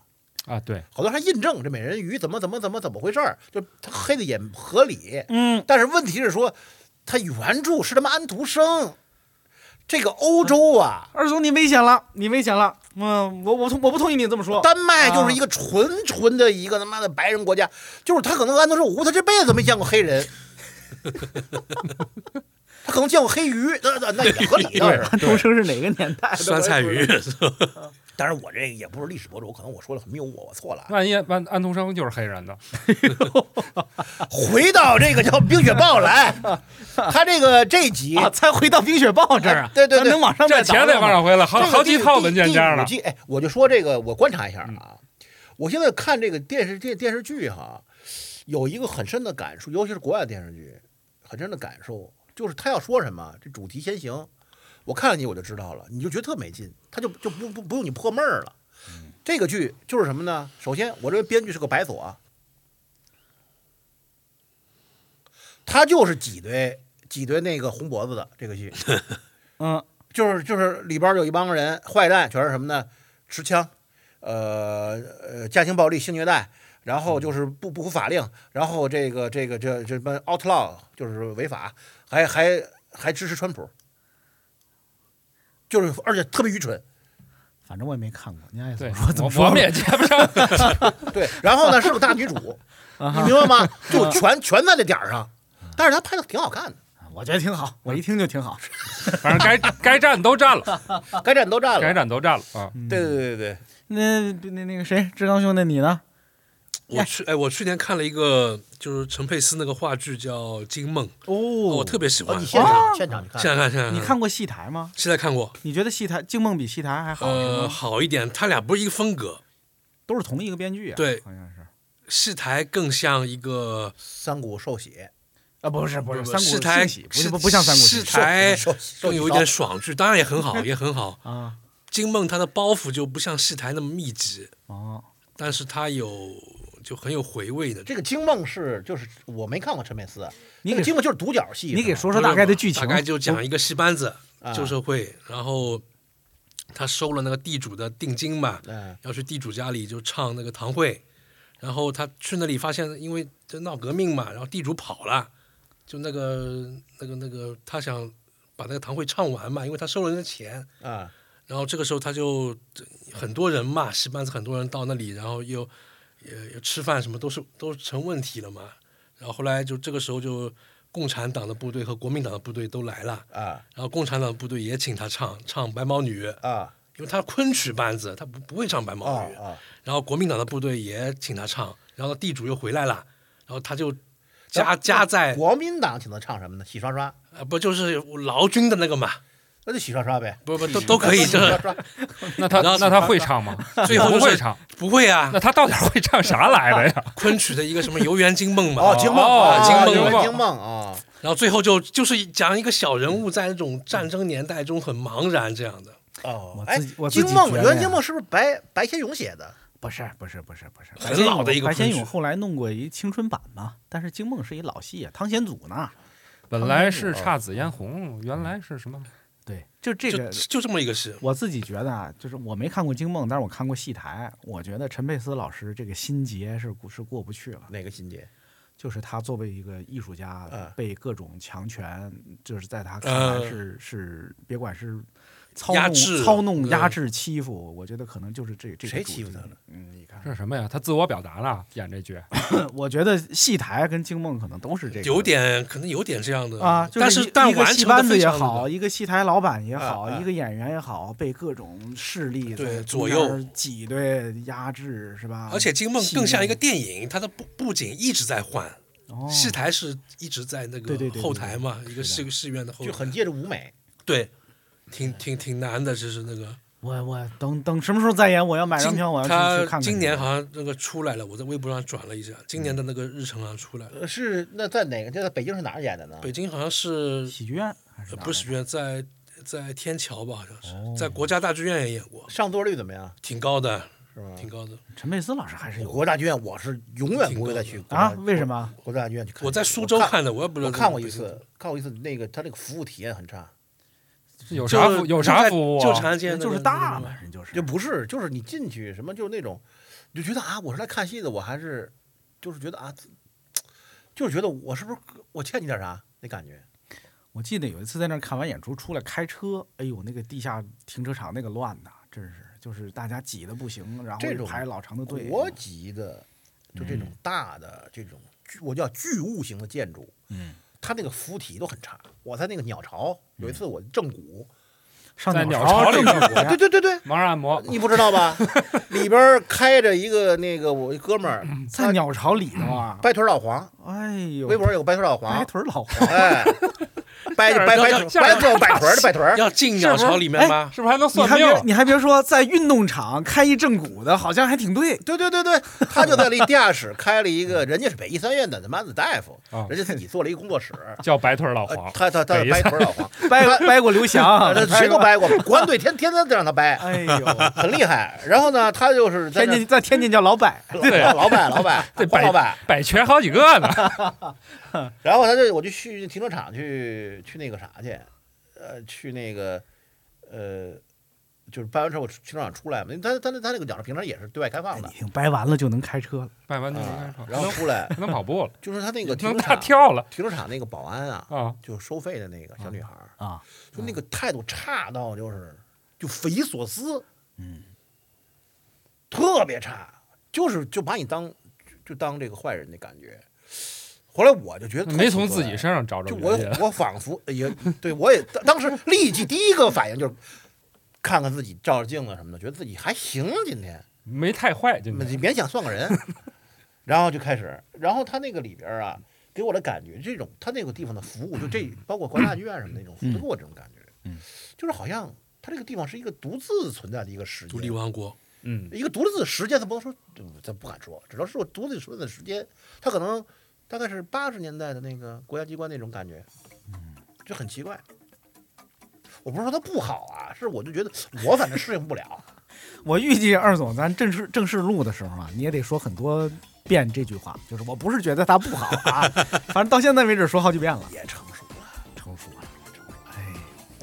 啊，对，
好多人还印证这美人鱼怎么怎么怎么怎么回事儿，就他黑的也合理，
嗯，
但是问题是说他原著是他妈安徒生，这个欧洲啊，
二总，你危险了，你危险了。嗯，我我同我不同意你这么说。
丹麦就是一个纯纯的一个他妈的白人国家，就是他可能安徒生，我估计他这辈子都没见过黑人， 他可能见过黑鱼，那那那也合理 倒是。
安徒生是哪个年代的？
酸菜鱼，
当然我这个也不是历史博主，可能我说的很谬误，我错了啊。
万一安安徒生就是黑人的，
回到这个叫《冰雪暴》来，他这个这集
啊，才回到冰雪暴这儿啊
哎。对对对
咱能往上再
这
倒
钱得往上回来，好
这个
好
第
几套文件夹
第
了嗯
五。季哎，我就说这个，我观察一下啊。我现在看这个电视电电视剧哈、有一个很深的感受，尤其是国外电视剧，很深的感受就是他要说什么，这主题先行。我看了你我就知道了，你就觉得特没劲，他就就不不不用你破闷儿了。
嗯
这个剧就是什么呢？首先，我认为编剧是个白左，他就是挤兑挤兑那个红脖子的这个剧。
嗯，
就是就是里边有一帮人坏蛋，全是什么呢？持枪，呃呃，家庭暴力、性虐待，然后就是不不服法令，然后这个这个这这帮 outlaw 就是违法，还还还支持川普，就是而且特别愚蠢。
反正我也没看过，你爱怎
对
么说怎么，
我
说。
我们也接不上。
对，然后呢是个大女主，
啊
你明白吗？就全全在这点儿上，但是她拍的挺好看的。
我觉得挺好，我一听就挺好。
反正该该占都 占了，
该站都站
该
了，
占都占了啊！
对对对对，
那那那个谁，志刚兄弟，你呢？
我去哎，我去年看了一个就是陈佩斯那个话剧叫《惊梦》，
哦，
我特别喜
哦，
欢。
你
现
现场现场你看，
在看，现在
你看过戏台吗？
现在看过，
你觉得戏台《惊梦》比戏台还好是
呃，
吗？
好一点，他俩不是一个风格，
都是同一个编剧啊。
对
好像是。
戏台更像一个
三股受洗，
啊，不是不是，三
戏
国
台，
兴起，不是不不像三国
戏
兴起
台
受洗受
更
洗
哎有一
刀
点爽剧，当然也很好，也很好。
啊。
惊梦它的包袱就不像戏台那么密集，
哦，
但是它有就很有回味的。
这个惊梦是就是我没看过陈佩斯，
你
那个
给
惊梦就是独角戏是吗，
你给说说大概的剧情。
大概就讲一个戏班子
啊
旧社会，然后他收了那个地主的定金嘛，
嗯
要去地主家里就唱那个堂会，然后他去那里发现，因为这闹革命嘛，然后地主跑了，就那个那个那个他想把那个堂会唱完嘛，因为他收了人的钱，
啊，
然后这个时候他就很多人嘛，戏班子很多人到那里，然后又呃吃饭什么都是都成问题了嘛。然后后来就这个时候就共产党的部队和国民党的部队都来了，
啊
然后共产党的部队也请他唱唱《白毛女》，
啊
因为他昆曲班子，他不不会唱《白
啊
毛女》
哦
啊！
然后国民党的部队也请他唱，然后地主又回来了，然后他就加加在
国民党请他唱什么呢？洗刷刷，
呃不就是劳军的那个嘛，
那就洗刷刷呗，
不不都都可以，
洗
就
刷
是
刷。
嗯那他那他会唱吗？
最后
不
就是
会唱，
不会啊
那，他到底会唱啥来的呀？
昆曲的一个什么《游园惊梦》嘛。
哦，惊梦
哦
啊
惊梦
有
惊梦
惊梦啊！
然后最后就就是讲一个小人物在那种战争年代中很茫然这样的。
哦
我，
哎
自己，我自己
惊梦
觉得
原
呀
惊梦是不是白白先勇写的？
不是不是不是不是，
很
白先
老
勇
的一个
白先
昆
勇
曲
后来弄过一青春版嘛，但是《惊梦》是一老戏啊，汤显祖呢。
本来
嗯哦
是姹紫嫣红，原来是什么？
对，就这个，
就就这么一个戏，
我自己觉得啊，就是我没看过《惊梦》，但是我看过戏台，我觉得陈佩斯老师这个心结是过是过不去了，
哪个情节？
就是他作为一个艺术家
嗯，
被各种强权，就是在他看来
嗯
是是，别管是。操
压
弄、
制
操弄、
嗯
压制、欺负，我觉得可能就是这这个
谁
主
欺负
题
他了？
嗯，你看，
这是什么呀？他自我表达了，演这剧。
我觉得戏台跟惊梦可能都是这个，
有点可能有点这样的
啊，就
但
是
是
一
但
一个
完
戏
成的
班子
非
也
常的
好，一个戏台老板也好，
啊啊
一个演员也好，被各种势力
嗯对
在
左
中间
右
挤兑压制，是吧？
而且《惊梦》更像一个
啊戏
电影，它的布布景一直在换，
哦
戏台是一直在那
对对对
个
对
后台嘛，一个
是嗯
戏戏院的后
就
台，
很借着舞美。
对，挺挺挺难的，就是那个。
我我等等什么时候再演，我要买张
今
票，我要去去看
他
看去。
今年好像那个出来了，我在微博上转了一下，今年的那个日程上出来了。
呃是那在哪个？就在北京是哪儿演的呢？
北京好像是
喜剧院还是
呃
哪儿哦
不是剧院，在在天桥吧，好像是在国家大剧院也演过，
上座率怎么样？
挺高的。
是吗？
挺高的。
陈佩斯老师还
哎
是有
国大剧院我是永远不会再去国大
啊？为什？么？
国大剧院去看。
我
哎
在苏州
我
看的，我也不知道
我
这
看
个
过一
北京
次，看过一次，那个他那个服务体验很差，
有
就
啥服有啥
就在
服务
就
啊？
长安街那
就是
个
大
那
嘛
个，
人就是
就不是，就是你进去什么，就是那种，你就觉得啊，我是来看戏的，我还是，就是觉得啊，自就是觉得我是不是我欠你点啥那感觉？
我记得有一次在那儿看完演出出来开车，哎呦，那个地下停车场那个乱呐，真是就是大家挤得不行，然
这
后
种
排老长的队。
国级的，啊就这种大的这种巨，我叫巨物型的建筑，
嗯，
它那个服务体都很差。我在那个鸟巢有一次，我正骨，
上
在
鸟
鸟巢
正
里
骨
对对对对，
盲人按摩，
你不知道吧？里边儿开着一个那个我一哥们儿，
在鸟巢里头啊，
掰腿儿老黄，
哎呦，
微博上有个掰腿儿老
白
黄，
腿老 黄，
哎，掰掰掰
要
掰
要要
腿儿掰腿儿的掰腿儿，
要进鸟巢里面
啊
吗？
哎
是不是还能
你
算
还
命？
别你还别说，在运动场开一正骨的，好像还挺对。
对对对对，他就在那地下室开了一个，人家是北医三院的他妈的大夫
啊，
人家自己做了一个工作室。
叫白腿老
呃
黄，
他他他
北医啊
掰腿儿老黄，
掰掰过刘翔，
他谁都掰过，国安队天天天都让他 掰，
哎呦，
很厉害。然后呢，他就是在
天
那
津在天津叫老板，
对啊
老板老 板
这
黄
摆
老板，
摆全好几个 呢。
然后他就我就去停车场去去那个啥去，呃，去那个呃，就是掰完车我出停车场出来嘛，因为他他那他那个鸟巢平常也是对外开放的
哎你，听掰完了就能开车了。
拜完就应该
啊
跑，
然后出来
能跑步了，
就是他那个停
能
车
大
场
跳了
停车场那个保安啊，
啊！
就收费的那个小女孩儿
啊，
就那个态度差到就是就匪夷所思，嗯，特别差，就是就把你当就就当这个坏人的感觉。后来我就觉得特
没
奇
从
怪
自己身上找着
就
原
我
因，
我仿佛也对我也当当时立即第一个反应就是看看自己照照镜子什么的，觉得自己还行，今天
没太坏，就
你勉强算个人，然后就开始，然后他那个里边啊，给我的感觉，这种他那个地方的服务，就这包括国家大剧院什么那种服务，都给我这种感觉，就是好像他这个地方是一个独自存在的一个时
独立
间，
王国，
嗯，
一个独自的时间，他不能说，呃咱不敢说，只能说独自存在的时间，他可能大概是八十年代的那个国家机关那种感觉，就很奇怪。我不是说他不好啊，是我就觉得我反正适应不了。
我预计二总，咱正式正式录的时候啊，你也得说很多遍这句话，就是我不是觉得他不好啊，反正到现在为止说好几遍了，
也成熟了，
成熟了，成熟了，哎，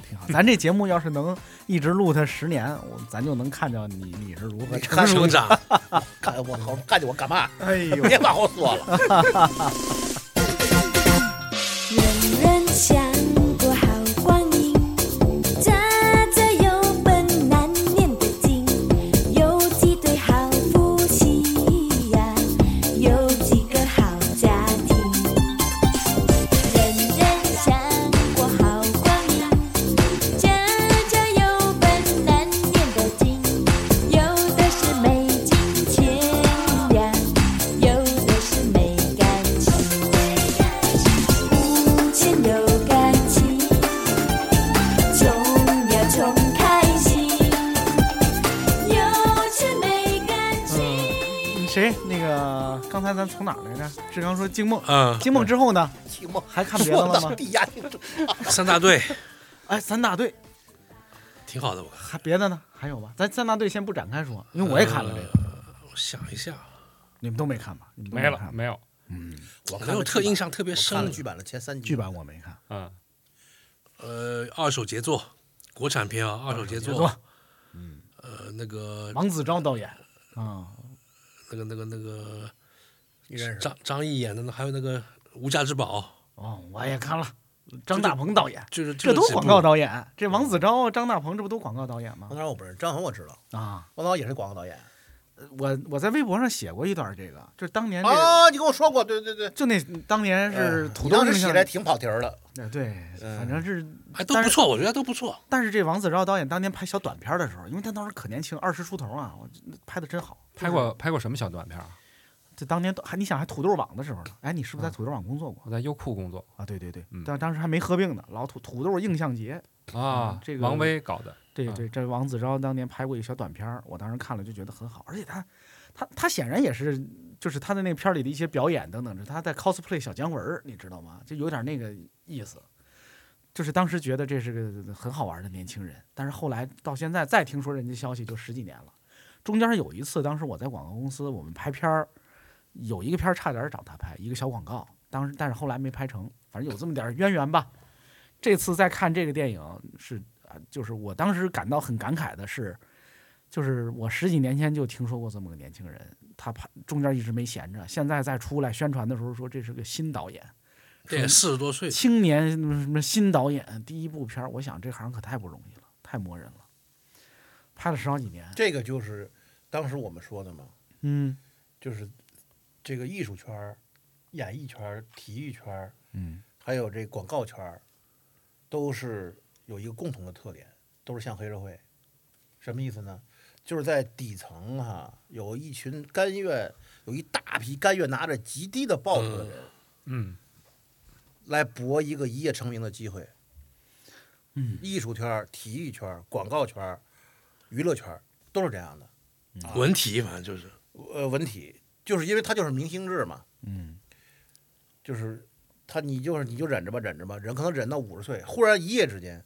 挺好。咱这节目要是能一直录它十年，我咱就能看见你你是如何成
看
熟
成
的。
长。
看我好看见我干嘛？
哎呦，
别往后说了。
人人想过好光阴，家家有本难念的经，有几对好夫妻呀，有几个好家庭。人人想过好光阴，家家有本难念的经，有的是没金钱呀，有的是没感情。无钱有感情，穷呀穷开心，有钱没感情。
谁那个刚才咱从哪儿来着？志刚说惊梦，
嗯，
惊梦之后呢？
寂寞
还看别的了吗
地下听众
三大队
哎，三大队
挺好的，我看。
还别的呢？还有吗？咱三大队先不展开说，因为我也看了这个，
我想一下，
呃你们都没看吧？你们都
没了
嗯
看吧
没有，
我看
没有
了
特
剧版
印象特别
我看了
深。
剧版的前三集
剧版我没看，
嗯，
呃，二手杰作，国产片啊，二手杰作。嗯。呃，那个
王子昭导演啊，
那个那个那个
你认识？
张张译演的呢，还有那个《无价之宝》，
哦，我也看了，张大鹏导演，
就是就
这嗯
是
都
几
广
部
告导演，这王子昭、张大鹏这不都广告导演吗
王？导我不认识，张恒我知道，
啊，
王导也是广告导演。
我我在微博上写过一段这个，就是当年这个。
哦，你跟我说过，对对对，
就那当年是
嗯
土
你当
豆
时
印
写
象，
的挺跑题儿的，
哎对，
嗯
反正是
哎都不错，我觉得都不错。
但是这王子昭导演当年拍小短片的时候，因为他当时可年轻，二十出头啊，我那拍的真好。
拍过拍过什么小短片啊？
这当年都还你想还土豆网的时候呢，哎，你是不是在土豆网工作过
我在优酷工作
啊？对对对
嗯，
但当时还没合并呢，老土土豆映像节，
啊
嗯，这个
王威搞的，
对
嗯
对，这王子昭当年拍过一个小短片儿，我当时看了就觉得很好，而且他他他显然也是就是他的那个片儿里的一些表演等等，这他在 cosplay 小姜文儿，你知道吗？就有点那个意思。就是当时觉得这是个很好玩的年轻人，但是后来到现在再听说人家消息就十几年了，中间有一次，当时我在广告公司，我们拍片儿，有一个片儿差点儿找他拍，一个小广告，当时但是后来没拍成，反正有这么点儿渊源吧。这次再看这个电影是，啊就是我当时感到很感慨的是，就是我十几年前就听说过这么个年轻人，他拍中间一直没闲着，现在再出来宣传的时候说这是个新导演，
这也四十多岁，
青年什么什么新导演第一部片儿，我想这行可太不容易了，太磨人了，拍了十好几年，
这个就是当时我们说的嘛，
嗯
就是这个艺术圈儿、演艺圈儿、体育圈儿，
嗯，
还有这广告圈儿，都是有一个共同的特点，都是像黑社会。什么意思呢？就是在底层哈、有一群甘愿，有一大批甘愿拿着极低的报酬的人，
嗯，
来搏一个一夜成名的机会。
嗯，
艺术圈儿、体育圈儿、广告圈儿、娱乐圈儿都是这样的。嗯
文体反正就是
呃文体，就是因为他就是明星制嘛，
嗯，
就是他你就是你就忍着吧，忍着吧，忍可能忍到五十岁，忽然一夜之间，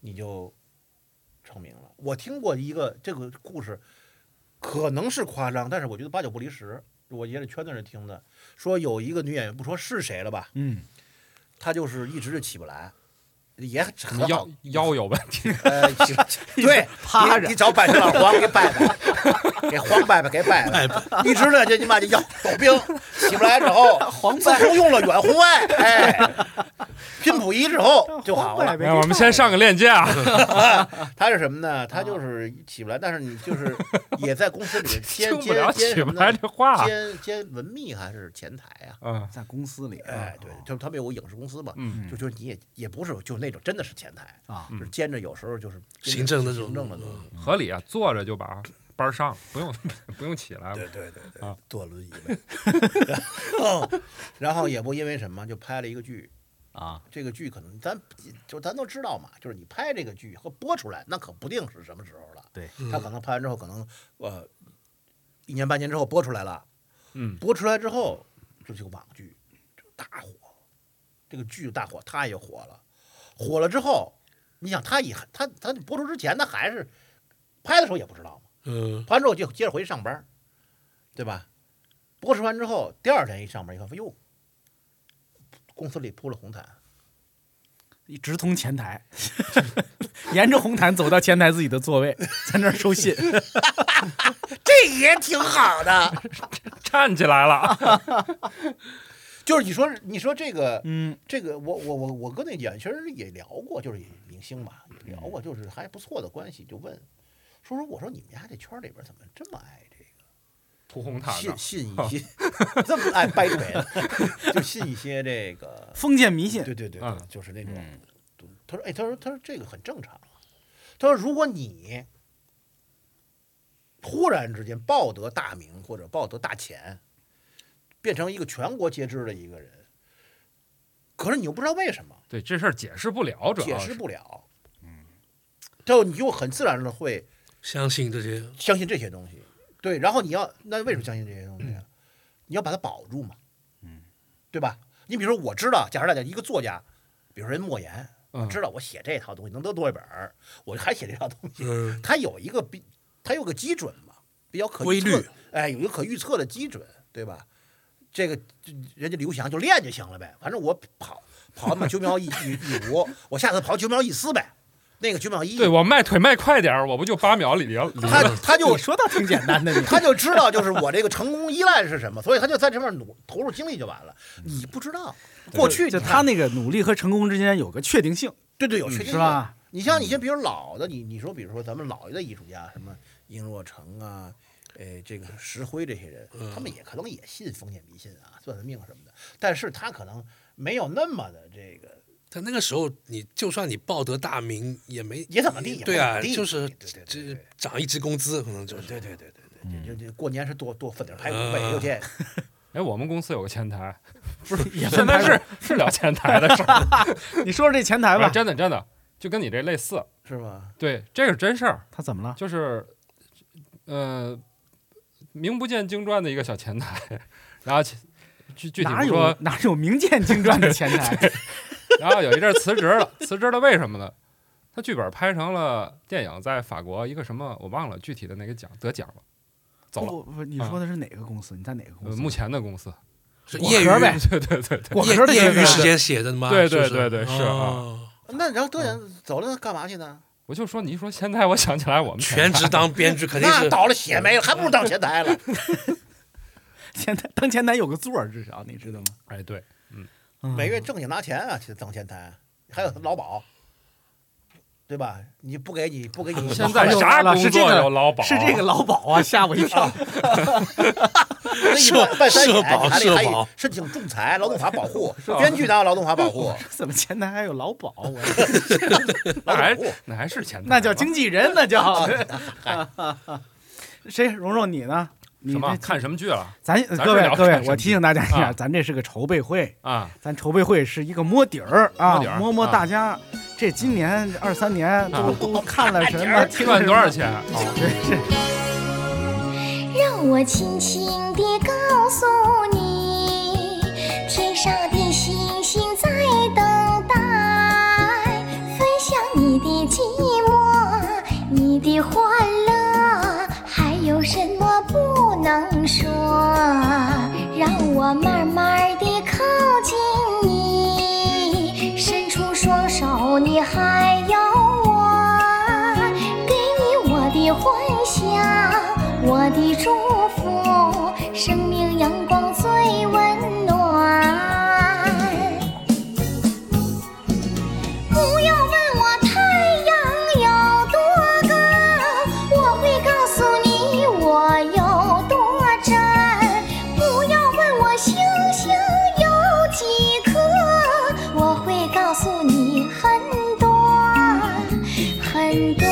你就成名了。我听过一个这个故事，可能是夸张，但是我觉得八九不离十。我也是圈子人听的，说有一个女演员，不说是谁了吧，
嗯，
她就是一直就起不来，也很好
腰腰有问 题，
呃，起 来对，
趴
你
着
你找百岁老黄给拜拜，给黄拜拜，给拜拜，一直呢就你妈就要抖兵，起不来之 后，黄自从用了远红外，哎，拼补一之后就好了。
哎，我们先上个 链接啊，
他是什么呢？
哦
他就是起不来，但是你就是也在公 司里面兼
听不
兼
了
兼
起
什
不
么
来
呢？
这话，
兼兼文秘还是前台啊？
嗯
在公司里，啊
哎，对，就是他们有个影视公司嘛，
嗯，
就就你也也不是就那种真的是前台，
啊，
就是兼着有时候就是
行政的这种嗯
行政的东西。
合理啊，坐着就把班儿上了，不用不用起来
对
了，
对对对，
啊
坐轮椅 呗。然后，然后也不因为什么就拍了一个剧
啊，
这个剧可能咱就咱都知道嘛，就是你拍这个剧和播出来，那可不定是什么时候了。
对，
嗯
嗯
他可能拍完之后，可能呃一年半年之后播出来了，
嗯，
播出来之后这是个网剧，就大火，这个剧大火，他也火了，火了之后，你想他也他他播出之前他还是拍的时候也不知道嘛。
嗯，
拍完之后就接着回去上班儿，对吧？播出完之后，第二天一上班一看，哟，公司里铺了红毯，
一直通前台， 沿着红毯走到前台自己的座位，在那儿收信。
这也挺好的。
站起来了，
就是你说，你说这个，
嗯，
这个，我我我我跟那演艺圈人也聊过，就是明星嘛，也聊过，就是还不错的关系，就问，说说我说你们家这圈里边怎么这么爱这个？
铺红毯
信
的，
信一 些这么爱掰腿的，就信一些这个
封建迷信，
对对对
嗯
对，就是那种。他说：“哎，他说他说这个很正常啊。他说如果你忽然之间抱得大名或者抱得大钱，变成一个全国皆知的一个人，可是你又不知道为什么，
对这事儿解释不了，主
解
要
释
是
不了。嗯，就你就很自然的会
相信这些
相信这些东西，对，然后你要那为什么相信这些东西啊？你要把它保住嘛，嗯，对吧？你比如说，我知道，假如大家一个作家，比如说人莫言，
嗯
我知道我写这套东西能得多少本儿，我还写这套东西，
嗯
它有一个比它有个基准嘛，比较可
规
预测
律，
哎，有一个可预测的基准，对吧？这个这人家刘翔就练就行了呗，反正我跑跑嘛九秒一一一五，我下次跑九秒一四呗，那个九秒一
对我迈腿迈快点儿，我不就八秒里离 了？
他他就
你说倒挺简单 的，你
他就知道就是我这个成功依赖是什么，所以他就在这面努投入精力就完了。你不知道，过去
就
你
他
看
那个努力和成功之间有个确定 性，
对
嗯
对有确定
是吧？
你像你像比如老的，你你说比如说咱们老一代艺术家，什么殷若成啊，呃，这个石辉这些人，
嗯
他们也可能也信封建迷信啊、算算命什么的，但是他可能没有那么的这个
但那个时候，你就算你报得大名，也没
也怎么地也
对啊，
不怎么地
就
对
是
对对
这嗯
对
涨一支工资，可能就是
对对对对对，就就过年是多多分点排骨
嗯
呗，又见
哎，我们公司有个前台，
不是也
现在
是
是是聊前台的事儿，
你说说这前台
啊
吧，
真的真的就跟你这类似，
是吧？
对，这是真事儿，
他怎么了？
就是呃，名不见经传的一个小前台，然后其具具体
哪
不
有
说，
哪有名见经传的前台？
然后有一阵儿辞职了，辞职了为什么呢？他剧本拍成了电影，在法国一个什么我忘了具体的那个奖得奖了，走了。
不不，你说的是哪个公司？你在哪个公
呃
司？
目前的公司，
是
果
业余
壳呗
对对对对，
果壳
业
的
业
这
余
个
时间写的吗？
对对
是不是
对对是啊
哦
那然后多远走了干嘛去呢？
我就说你一说现在，我想起来我们
全职当编剧肯定
那
是
倒了血霉了，还不如当前台了。
前台当前台有个座儿，至少你知道吗？
哎对，
嗯
每月正经拿钱啊，去当前台，还有劳保，对吧？你不给你不给你，
现在
有
啥
了
工
是这
作
个
有劳保，
是这个劳保啊，吓我一跳。
社办三
社
险，
保
还得还
社保
得申请仲裁、劳动法保护，编剧哪有劳动法保护？
怎么前台还有劳保？我
那
劳
还
动保护
那还是前台吧，
那叫经纪人，那 叫。 谁？蓉蓉，你呢？你
什么
这
看什么剧了
咱
咱
各位
聊
各
看
位，
什么
我提醒大家一下，
啊
咱这是个筹备会，
啊？
咱筹备会是一个摸底儿啊
摸底，儿
摸摸
啊
大家这今年二三年 都
啊
都看了什么，
儿
听了
赚
什
多少
么？
钱？哦
对是
让我轻轻地告诉你，天上的星星在等待，分享你的寂寞，你的欢乐，还有什么不能说？让我慢慢地靠近你，伸出双手，你还有我，给你我的幻想。我的祝福，生命阳光最温暖。不要问我太阳有多高，我会告诉你我有多真。不要问我星星有几颗，我会告诉你很多很多。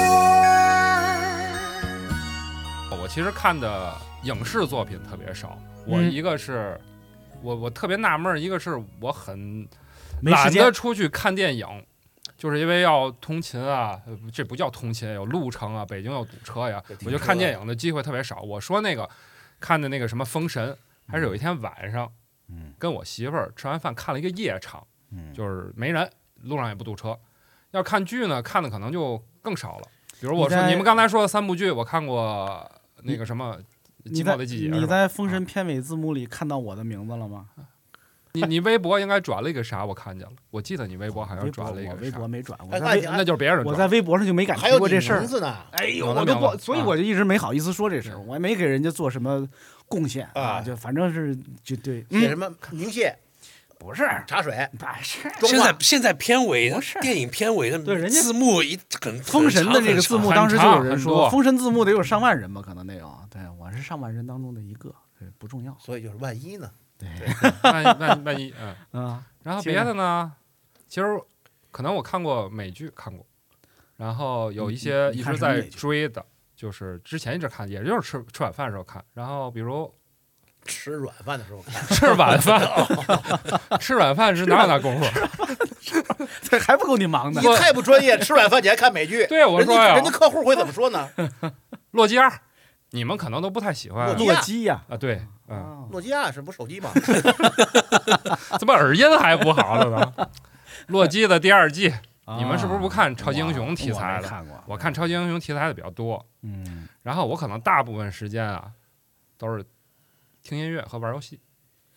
哦我其实看的影视作品特别少，我
嗯
一个是。我我特别纳闷儿，一个是我很
没时
懒得
间，
出去看电影，就是因为要通勤啊，呃不这不叫通勤，有路程啊，北京有堵车呀
有，停
我就
车
看电影的机会特别少。我说那个看的那个什么《封神》，还是有一天晚上，
嗯
跟我媳妇儿吃完饭看了一个夜场，
嗯，
就是没人，路上也不堵车。要看剧呢，看的可能就更少了。比如我
你
说
在
你们刚才说的三部剧，我看过那个什么《
你
寂
在
寞的季节》
你
是吧？
在《封神》片尾字幕里看到我的名字了吗？
你你微博应该转了一个啥？我看见了，我记得你微博好像
微博
转了一
我
个
微
啥
博，没转，我
哎
在
那
微
你
那就是别人
我
转
在微博上就没敢
还
提
有
过
你
这事儿
名。字呢
哎呦，
有的
我都
名
不，
字
所以
啊
我就一直没好意思说这事
嗯
儿，我也没给人家做什么贡献啊，
啊
就反正是就对，
写
嗯
什，么明蟹、
不是，
茶水、
不是。
妆
现在
化，
现在片尾
不是
电影片尾的
对人家
字幕一很
封神的这个字幕，当时就有人
很
说，
多
封神字幕得有上万人吧，可能得有。对我是上万人当中的一个，对，不重要
所以就是万一呢？
万万万一嗯。
啊。
然后
接
别
着
的呢，其实可能我看过美剧，看过，然后有一些
你你
一
看
直
什么
在
美剧
追的，就是之前一直看，也就是吃吃晚饭的时候看。然后比如
吃软饭的时候看，
吃晚饭，吃晚饭是哪有那功夫？
这还不够你 忙的
你，太不专业，吃软饭你还看美剧？
对我
人
说
家
呀
人家，客户会怎么说呢？
洛基二，你们可能都不太喜欢
洛基
洛基呀。
啊。对，嗯，
啊
诺基亚是不手机吗？
怎么耳音还不好了呢？ 洛基的第二季，你们是不是不看超级英雄题材
啊我没
的
看过，
我看超级英雄题材的比较多。
嗯，
然后我可能大部分时间啊，都是听音乐和玩游戏。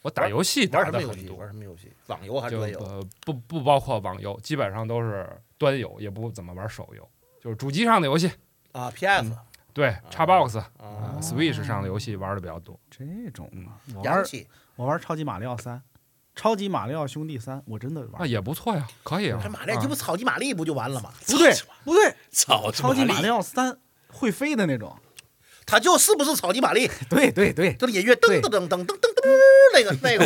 我打游戏
玩
打
什
的
么游
很
戏？玩
多，
什么游戏？网游还是
就
端游？
呃不不包括网游，基本上都是端游，也不怎么玩手游，就是主机上的游戏。
啊，PS
对，Xbox、
啊，
呃 Switch 上的游戏玩的比较多。
这种啊，
嗯
我
洋
玩
气。
我玩超级马里奥三，超级马里奥兄弟三，我真的
那
玩。
啊也不错呀，可以啊。
这马力，这不草鸡玛丽不就完了吗？
不对，不对，
操
超级马里奥三会飞的 那种。
它就是不是草鸡玛丽，
对对对，
就是音乐噔
对
噔噔噔噔噔噔，那个那个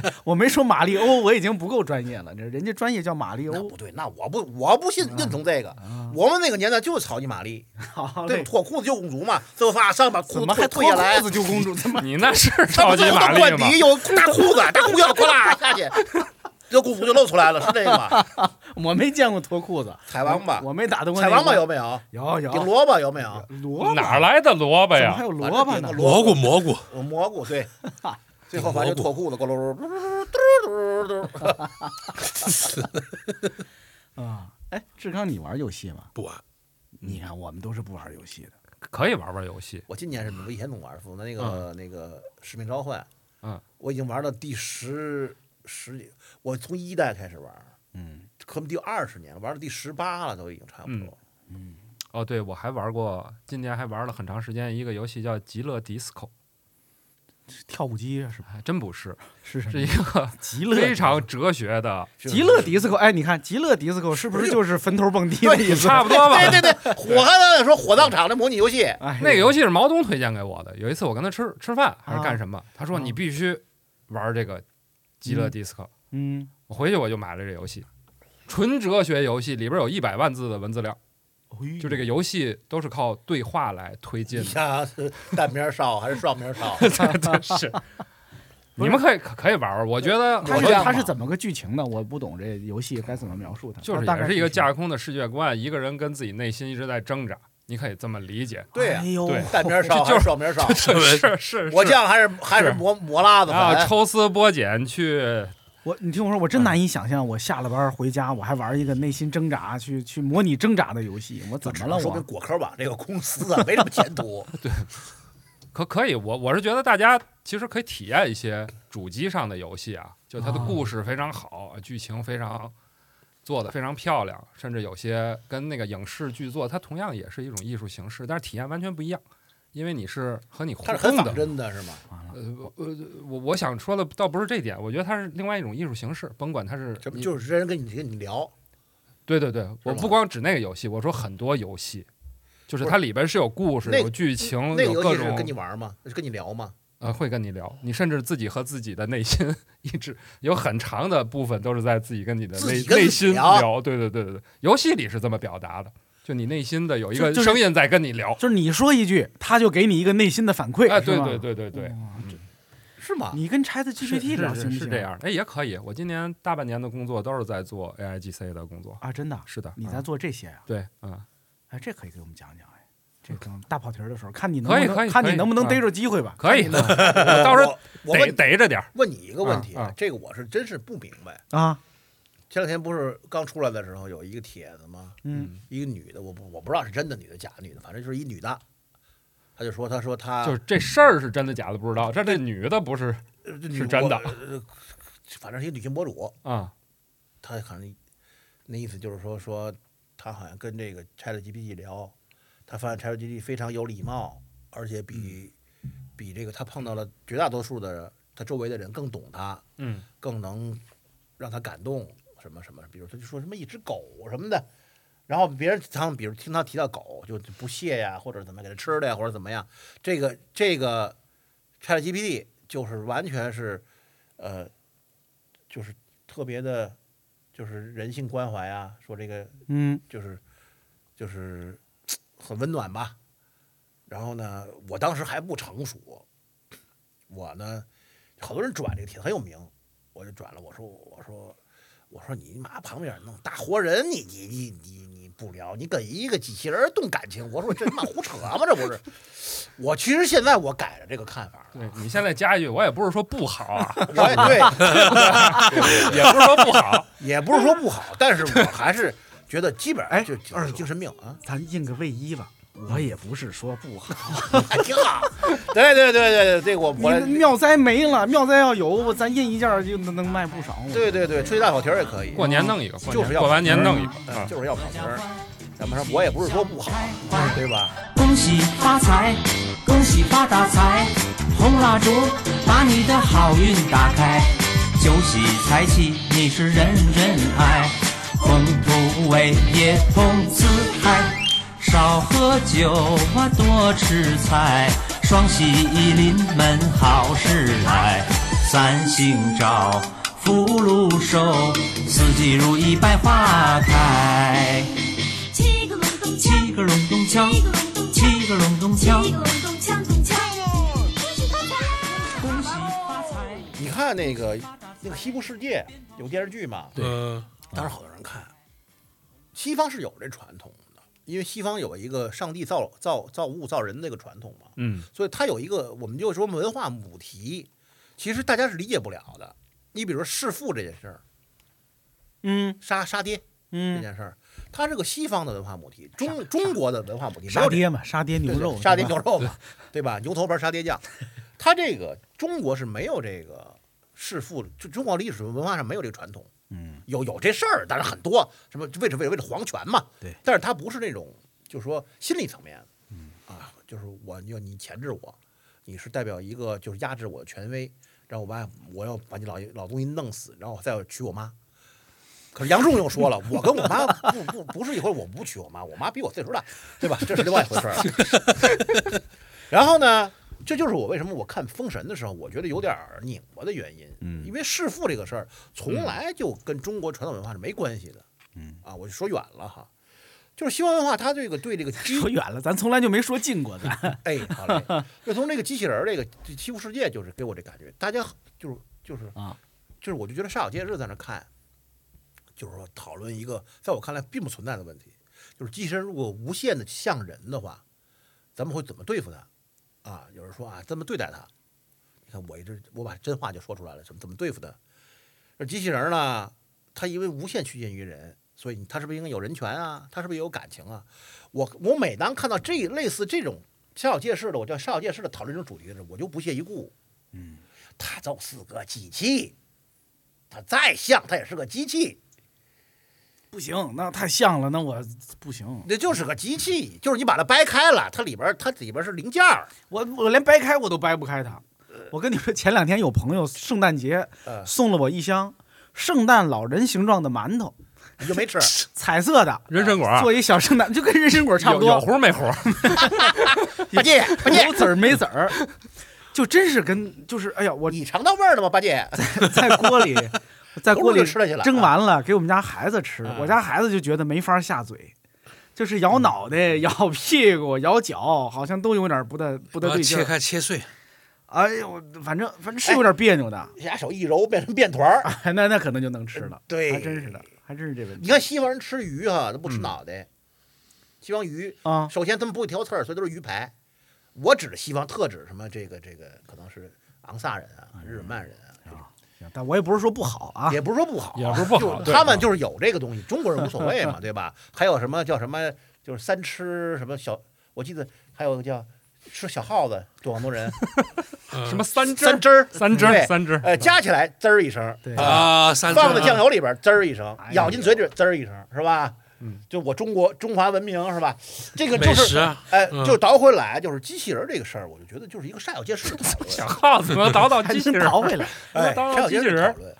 嘛。
我没说马里欧，我已经不够专业了。这人家专业叫马里
那
欧
不。对，那我不我不信认同这个。我们那个年代就是草泥马丽，
好
对
嘞
吧，，脱裤子救公主嘛，最后发上把
怎
裤
么
子
还
脱
脱
脱下来
裤，子救公主？他妈
你那是
他
超
们
级
最后
玛
都
丽
灌
吗
底？有大裤子，大裤腰裤啦下去，这公主就露出来了，是这个吗？
我没见过脱裤子，
踩王八
我没打动过
踩
那
王八
个
有没有？
有有
顶萝卜有没有？
萝卜
哪来的萝卜
怎么还
呀？
有萝卜呢
反正顶个？
蘑菇蘑菇，
我蘑菇对，最后反正就脱裤子，咕噜噜噜噜噜噜噜噜噜。
啊，哎，志刚，你玩游戏吗？
不玩，
你看我们都是不玩游戏的。
可以玩玩游戏，
我今年是我以前总玩儿，我的那个、那个使命召唤，
嗯，
我已经玩到第十十几，我从一代开始玩儿，
嗯，
可能第二十年，玩到第十八了，都已经差不多。
哦，对，我还玩过，今年还玩了很长时间一个游戏叫《极乐 DISCO》，
跳舞机是
还真不是，
是什
嗯
是
么
一？个
极乐
非常哲学的，
就是
极乐迪斯科，哎，你看极乐迪斯科是不是就是坟头蹦迪的意思？
差不 多吧。
对对对， 火刚才说火葬场的模拟游戏，
哎，
那个游戏是毛东推荐给我的。有一次我跟他吃吃饭还是干什么，他说
啊
你必须玩这个《极乐
嗯
DISCO》，
嗯，
我回去我就买了这个游戏，纯哲学游戏，里边有一百万字的文字量，就这个游戏都是靠对话来推进
你
的。
想是单名烧还是双名 烧？
真是，你们可以可可以玩玩，我觉得
它
我
是
觉得
它是怎么个剧情呢？我不懂这游戏该怎么描述它。
就是
哦大概
也是一个
什么
架空的世界观，一个人跟自己内心一直在挣扎，你可以这么理解。
对呀
哎，呦，
对
单名烧还是双名烧？
是 是是，
我酱还是还是磨磨辣子哎
啊，
粉？
抽丝剥茧去，
我你听我说，我真难以想象，我下了班回家，我还玩一个内心挣扎、去去模拟挣扎的游戏，我怎么了
说明
我？
果壳网这个公司啊没什么前 途。
可可以，我我是觉得大家其实可以体验一些主机上的游戏啊，就它的
啊
故事非常好，剧情非常做的非常漂亮，甚至有些跟那个影视剧作，它同样也是一种艺术形式，但是体验完全不一样，因为你是和你互
它是很
动
仿
的。
真的是吗？
我我想说的倒不是这点，我觉得它是另外一种艺术形式，甭管它是
这不
你
就是真人跟你跟你聊，
对对对，我
吗
不光指那个游戏，我说很多游戏，就是
不是
它里边是有故事、
那
有剧情、
那个
有
游
各
戏是
种
跟你玩吗？是跟你聊吗？
呃，会跟你聊，你甚至自己和自己的内心 一直有很长的部分都是在自己跟你的
自
内
己跟
内
自己
心
聊
聊。对对对对对，游戏里是这么表达的，就你内心的有一
就
个
就是
声音在跟你聊。
就是你说一句，他就给你一个内心的反馈，
哎，
是
对
吗嗯
对，对对对，
是吗？
你跟 Chat
是
GPT 聊行
是是
不
是
行？
这样的，哎，也可以。我今年大半年的工作都是在做 AIGC 的工作。
啊，真的，
是的，
你
嗯
在做这些啊？
对，嗯，
哎，这可以给我们讲讲哎，这可能大跑题儿的时候，看你能
可以
不能
可以
看
可
你
以
能不能
啊
逮着机会吧？
可以。
看你能
我到时候
我
逮
问
逮着点儿。
问你一个问题
啊啊
这个我是真是不明白。
啊，
前两天不是刚出来的时候有一个帖子吗？
嗯，
一个女的，我不我不知道是真的女的假的女的，反正就是一女的，她就说她说她
就是这事儿是真的假的不知道，这这女的不是
呃这女
是真的
我呃反正是一女性博主，
啊
她可能那意思就是说说她好像跟这个 ChatGPT 聊，她发现 ChatGPT 非常有礼貌，而且比、
嗯
比这个她碰到了绝大多数的她周围的人更懂她，
嗯，
更能让她感动什么什么，比如她就说什么一只狗什么的。然后别人他们比如听她提到狗就就不屑呀，或者怎么给她吃的呀，或者怎么样，这个这个 ChatGPT 就是完全是，呃，就是特别的，就是人性关怀啊，说这个
嗯，
就是就是很温暖吧。然后呢，我当时还不成熟，我呢，好多人转这个帖子很有名，我就转了，我说我说我说你妈旁边弄大活人，你你你你你不聊，你跟一个机器人动感情，我说这他妈胡扯吗？这不是？我其实现在我改了这个看法了，
对你现在加一句，我也不是说不好啊，
我也对，
也不是说不好，
也不是说不好，但是我还是觉得基本上
哎
就
二
就是
狗
精神病啊。
咱印个卫衣吧。我也不是说不好，
哎
还挺好。对对对对对，这个我
你
我
那妙哉没了，妙哉要有，我咱印一件儿就能能卖不少。我
对对对，吹大小蹄儿也可以，
过年弄一个，过
就是
年
要
过完年弄一
嗯
个啊。
就是要跑题儿。咱们说，我也不是说不好，
嗯
对吧？
恭喜发财，恭喜发大财，红蜡烛把你的好运打开，九喜财气你是人人爱，宏图伟业通四海，少喝酒啊多吃菜，双喜临门好事来，三星照。福禄寿，四季如意百花开。
七个隆咚
七个隆咚锵，七个隆咚锵，
隆咚锵咚锵，恭喜发财！
恭喜发财。
你看那个那个《西部世界》有电视剧嘛？
嗯，
当时好多人看。西方是有这传统的，因为西方有一个上帝造造造物造人那个传统嘛，
嗯，
所以它有一个我们就说文化母题，其实大家是理解不了的。你比如说弑父这件事儿，
嗯
杀杀爹，这
嗯
件事儿，它是个西方的文化母题，中中国的文化母题，没
沙
有这
爹嘛，沙爹牛
对对
肉，
沙爹
对吧
牛肉嘛， 对吧？牛头牌沙爹酱，它这个中国是没有这个弑父，就中国历史文化上没有这个传统。
嗯，
有有这事儿，但是很多什么为了为了为了皇权嘛，
对
但是它不是那种就是说心理层面，嗯啊，就是我要你钳制我，你是代表一个就是压制我的权威，然后我把我要把你老爷老东西弄死，然后我再要娶我妈。可是杨仲又说了，我跟我妈不不不是一回，我不娶我妈，我妈比我岁数大，对吧？这是另外一回事儿了。然后呢，这就是我为什么我看《封神》的时候，我觉得有点儿拧巴的原因，
嗯
因为弑父这个事儿从来就跟中国传统文化是没关系的，
嗯
啊，我就说远了哈，就是西方文化它这个 对这个机
说远了，咱从来就没说近过的。
哎，好嘞，就从这个机器人儿这个这欺负世界，就是给我这感觉，大家就是就是
啊，
就是我就觉得煞有介事在那看，就是说讨论一个在我看来并不存在的问题，就是机器人如果无限的像人的话，咱们会怎么对付它？啊，有人说啊，这么对待它，你看我一直我把真话就说出来了，怎么怎么对付它？而机器人儿呢，它因为无限趋近于人，所以你它是不是应该有人权啊？它是不是也有感情啊？我我每当看到这类似这种煞有介事的，我叫煞有介事的讨论这种主题的时候，我就不屑一顾。嗯，它就是个机器，它再像它也是个机器，
不行，那太像了，那我不行，
那就是个机器，就是你把它掰开了，它里边儿它里边儿是零件儿，
我我连掰开我都掰不开它。我跟你说，前两天有朋友圣诞节
嗯
送了我一箱圣诞老人形状的馒头，
你就没 吃。
彩色的，
人参果儿
做一小圣诞，就跟人参果差不
有有
多，
核没核？
八戒，八戒
有，籽儿没籽儿， 就真是跟就是哎呀，我
你尝到味儿了吗？八戒，
在锅里，在锅里
都是吃了去啊了
蒸完了，给我们家孩子吃
啊。
我家孩子就觉得没法下嘴，就是
嗯
摇脑袋、 摇屁股、摇脚，好像都有点不太不太
把它
对劲
啊切
儿。
开切碎，
哎呦，反正反正是有点别扭的，
俩手一揉变成面团儿。
哎那那可能就能吃了。
对
还真是的，嗯还真是这问题。
哎你看西方人吃鱼哈，他不吃脑袋。西方鱼
啊
首先他们不会挑刺儿，所以都是鱼排。我指的西方特指什么？这个这个可能是昂萨人啊，日耳曼人啊，这种
行但我也不是说不好啊
也，不是说不好，
也不是不好
就是
对嗯
他们就是有这个东西，中国人无所谓嘛，对 吧？还有什么叫什么，就是三吃什么小，我记得还有个叫吃小耗子，广东 人
什么嗯三汁
三
儿？
汁儿，
三汁
对
儿？三汁儿？
呃，加起来滋儿一声，
对
啊，三
放在酱
油，
油里边滋儿一声
哎，呦
咬进嘴里滋儿一声，是吧？
嗯，
就我中国中华文明是吧？这个就
美食
是，
啊，
哎，
嗯
就倒回来，就是机器人这个事儿，我就觉得就是一个煞有介事的讨论。
小耗子，我倒 倒
还
机器
真
人儿，
逃回来。
哎，
当
这有
然有
些
机器人嗯
讨论。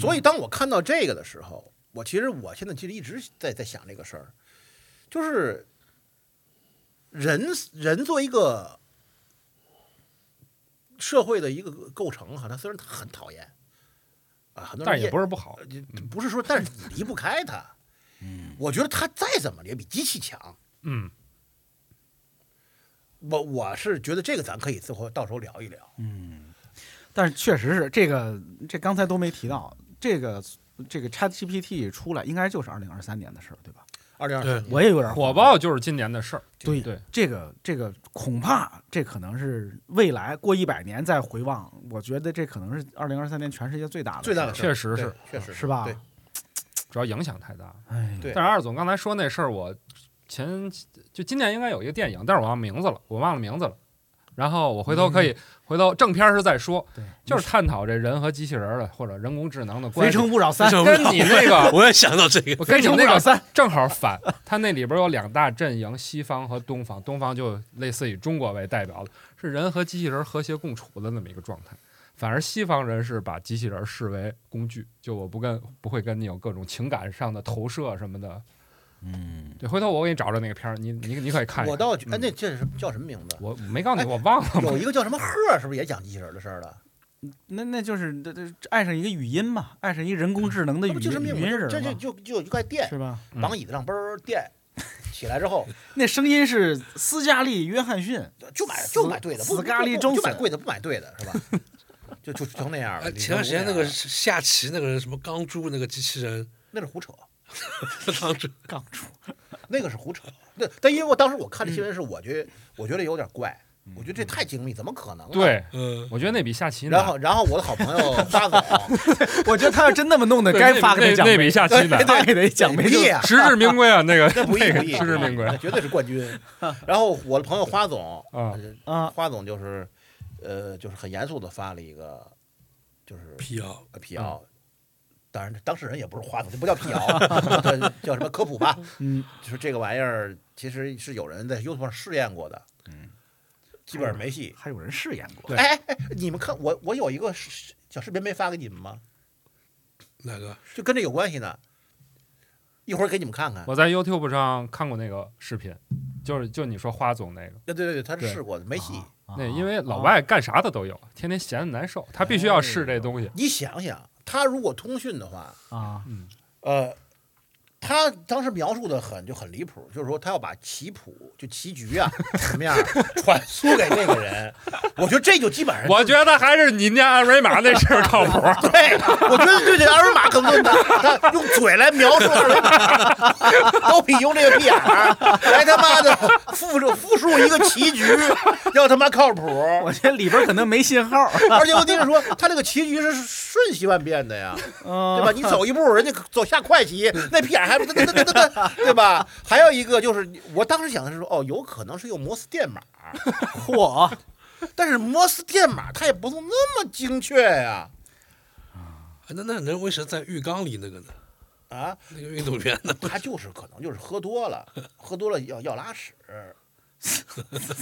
所以当我看到这个的时候，我其实我现在其实一直在在想这个事儿，就是人人作为一个社会的一个构成哈，他虽然他很讨厌啊，很多
但
人
是也不是不好
呃。就不是说，但是你离不开他。我觉得他再怎么也比机器强。
嗯，
我我是觉得这个咱可以最后到时候聊一聊。
但是确实是这个，这刚才都没提到这个。这个 Chat GPT 出来应该就是二零二三年的事儿，对吧？
二零二
对
三，
我也有点
火
爆。
爆就是今年的事儿。
对
对，
这个这个恐怕这可能是未来过一百年再回望，我觉得这可能是二零二三年全世界最大的
最大的
事
事儿
确实是，
对确实
儿是吧？
对，
主要影响太大。
哎，
对
但是二总刚才说那事儿，我前就今年应该有一个电影，但是我忘名字了，我忘了名字了。然后我回头可以、回头正片儿是再说，
对，
就是探讨这人和机器人儿的或者人工智能的
《非
关系。
诚勿扰三》
非诚勿
跟你那个，
我也想到这个，
我
非
跟你
诚勿
那
扰
个
三，
正好反。它那里边有两大阵营，西方和东方，东方就类似以中国为代表的，是人和机器人和谐共处的那么一个状态。反而西方人是把机器人视为工具，就我不跟不会跟你有各种情感上的投射什么的
嗯，
对，回头我给你找着那个片儿，你你你可以看一看。
我倒觉哎，
嗯
那这是叫什么名字？
我没告诉你，
哎
我忘了。
有一个叫什么鹤，是不是也讲机器人的事儿了？
那那就是这这爱上一个语音嘛，爱上一人工智能的
嗯那
语
不
音
就是命
语音
吗？
人
这就
嘛，
就就一块电，
是吧？
嗯
绑椅子上嘣儿电，起来之后
那声音是斯嘉丽·约翰逊，
就买就买对的，不
斯嘉丽
不
周
不就买
森
贵的，不买对的是吧？就就成那样
哎
了。
前段时间那
李成儒
个
样
下棋那个人什么钢珠那个机器人，
那是胡扯，
钢珠
杠出
那个是胡扯。那但因为我当时我看这新闻是，我觉得我觉得有点怪，我觉得这太精密，怎么可能呢？
对，
嗯，
我觉得那比下棋难。
然后，然后我的好朋友花总，
我觉得他要真那么弄的，
对
呃该
那
发给
那
他奖
那
杯
比，下棋 难，
发给他奖杯
不易啊，
实至名归啊！那个
这不易
那
不
个
易，
实至名归
那绝对是冠军。然后我的朋友花总，
啊
啊
花总就是，呃，就是很严肃的发了一个，就是
辟谣，
呃辟谣。当然，当事人也不是花总，这不叫辟谣， 这叫什么科普吧？
嗯，
就是这个玩意儿，其实是有人在 YouTube 上试验过的，嗯，基本上没戏。
还有人试验过，
哎哎哎，你们看我，我有一个视小视频没发给你们吗？
哪个？啊
就跟这有关系呢。一会儿给你们看看。
我在 YouTube 上看过那个视频，就是就你说花总那个，
对对对，啊他是
对
试过的，没戏。
啊
那
哦
因为老外干啥的都有，天天闲的难受，他必须要试这东西。
你想想，他如果通讯的话，
啊，
呃，他当时描述的很就很离谱，就是说他要把棋谱就棋局啊 什么样传输给那个人，我觉得这就基本上
我觉得还是你家二维码那事儿靠谱。
对，我觉得就这二维码更多的，他用嘴来描述二 维码，都比用这个屁眼儿来他妈的复述复述一个棋局要他妈靠谱。
我觉得里边可能没信号，
而且我跟你说，他这个棋局是瞬息万变的呀，
嗯
对吧？你走一步，人家走下快棋，那屁眼还噔噔噔噔噔噔，对吧？还有一个就是，我当时想的是说，哦，有可能是用摩斯电码，
嚯，
但是摩斯电码它也不用那么精确呀、
啊那那人为啥在浴缸里那个呢？
啊，
那个运动员呢？
他就是可能就是喝多了，喝多了要要拉 屎。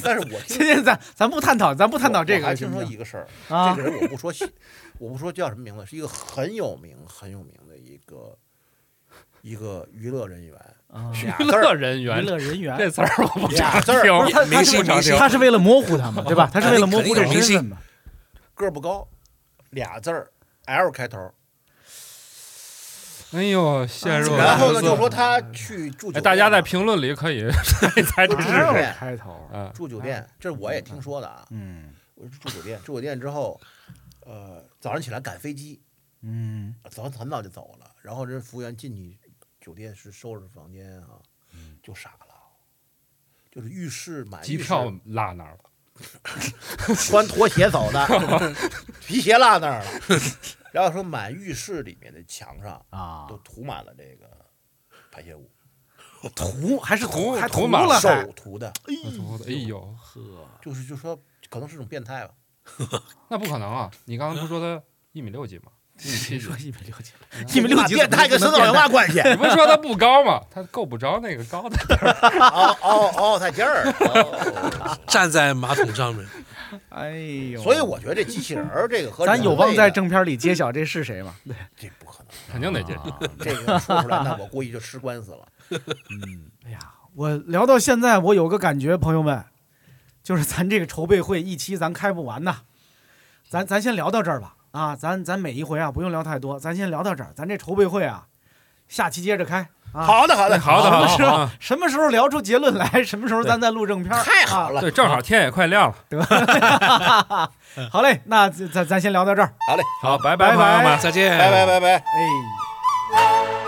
但是我
今
听
天咱咱不探讨，咱不探讨
我
这
我还
个
听
行不
说
行
一个事儿，
啊
这个人我不说姓，我不说叫什么名字，是一个很有名很有名的一个一个娱乐人员，
啊
俩
娱
字儿
乐人
娱
员
乐人员
这词儿我不
俩
常
字儿
听
不是他他
明
是
星明星
他是为了模糊他们，对吧？他是为了模糊这身份嘛。
个儿不高，俩字儿 L 开头。
哎呦，陷入了
然后呢，
沉
就
思
说他去住酒
哎
店，
大家在评论里可以 猜猜这是
哎
是
谁
的
开头，
啊？
住酒店，这我也听说的啊。
嗯
我说住酒店，住酒店之后，呃，早上起来赶飞机，
嗯，
早上很早就走了。然后这服务员进去，酒店是收拾房间啊，就傻了，就是浴室买
嗯机
浴室
票落哪儿了？
穿拖鞋 走的，皮鞋落那儿了。然后说满浴室里面的墙上
啊
都涂满了这个排泄物，
涂还是
涂
还
涂
涂
满
了，还
手涂的，
我哎呦，
就是就说可能是种变态 吧。
那不可能啊！你刚才不说他一米六几吗？一米七 几
说？一米六几，
你
一
们
米六几
变态跟
怎
沈
么
总
能
有
变态
嘛关系？
你不是说他不高吗？他够不着那个高的。
哦哦哦，在这儿。 哦
站在马桶上面，
哎呦，
所以我觉得这机器人儿这个和
咱
人
有望
类
在
的
正片里揭晓这是谁嘛？
这不可能，啊
肯定得进。
这个说出来，那我估计就吃官司了。
哎呀，我聊到现在，我有个感觉，朋友们，就是咱这个筹备会一期咱开不完呐，咱咱先聊到这儿吧。啊，咱咱每一回啊不用聊太多，咱先聊到这儿。咱这筹备会啊，下期接着开啊。，
好的，好的，
好
什
的，好
么
的
时
好
候
的。
什么时候聊出结论来，什么时候咱再录正片儿。
太好
啊
了，
对，正好天也快亮了。
好嘞，那咱咱咱先聊到这儿。
好嘞，
好，拜
拜
朋友们
拜。
再见，
拜拜拜拜。
哎。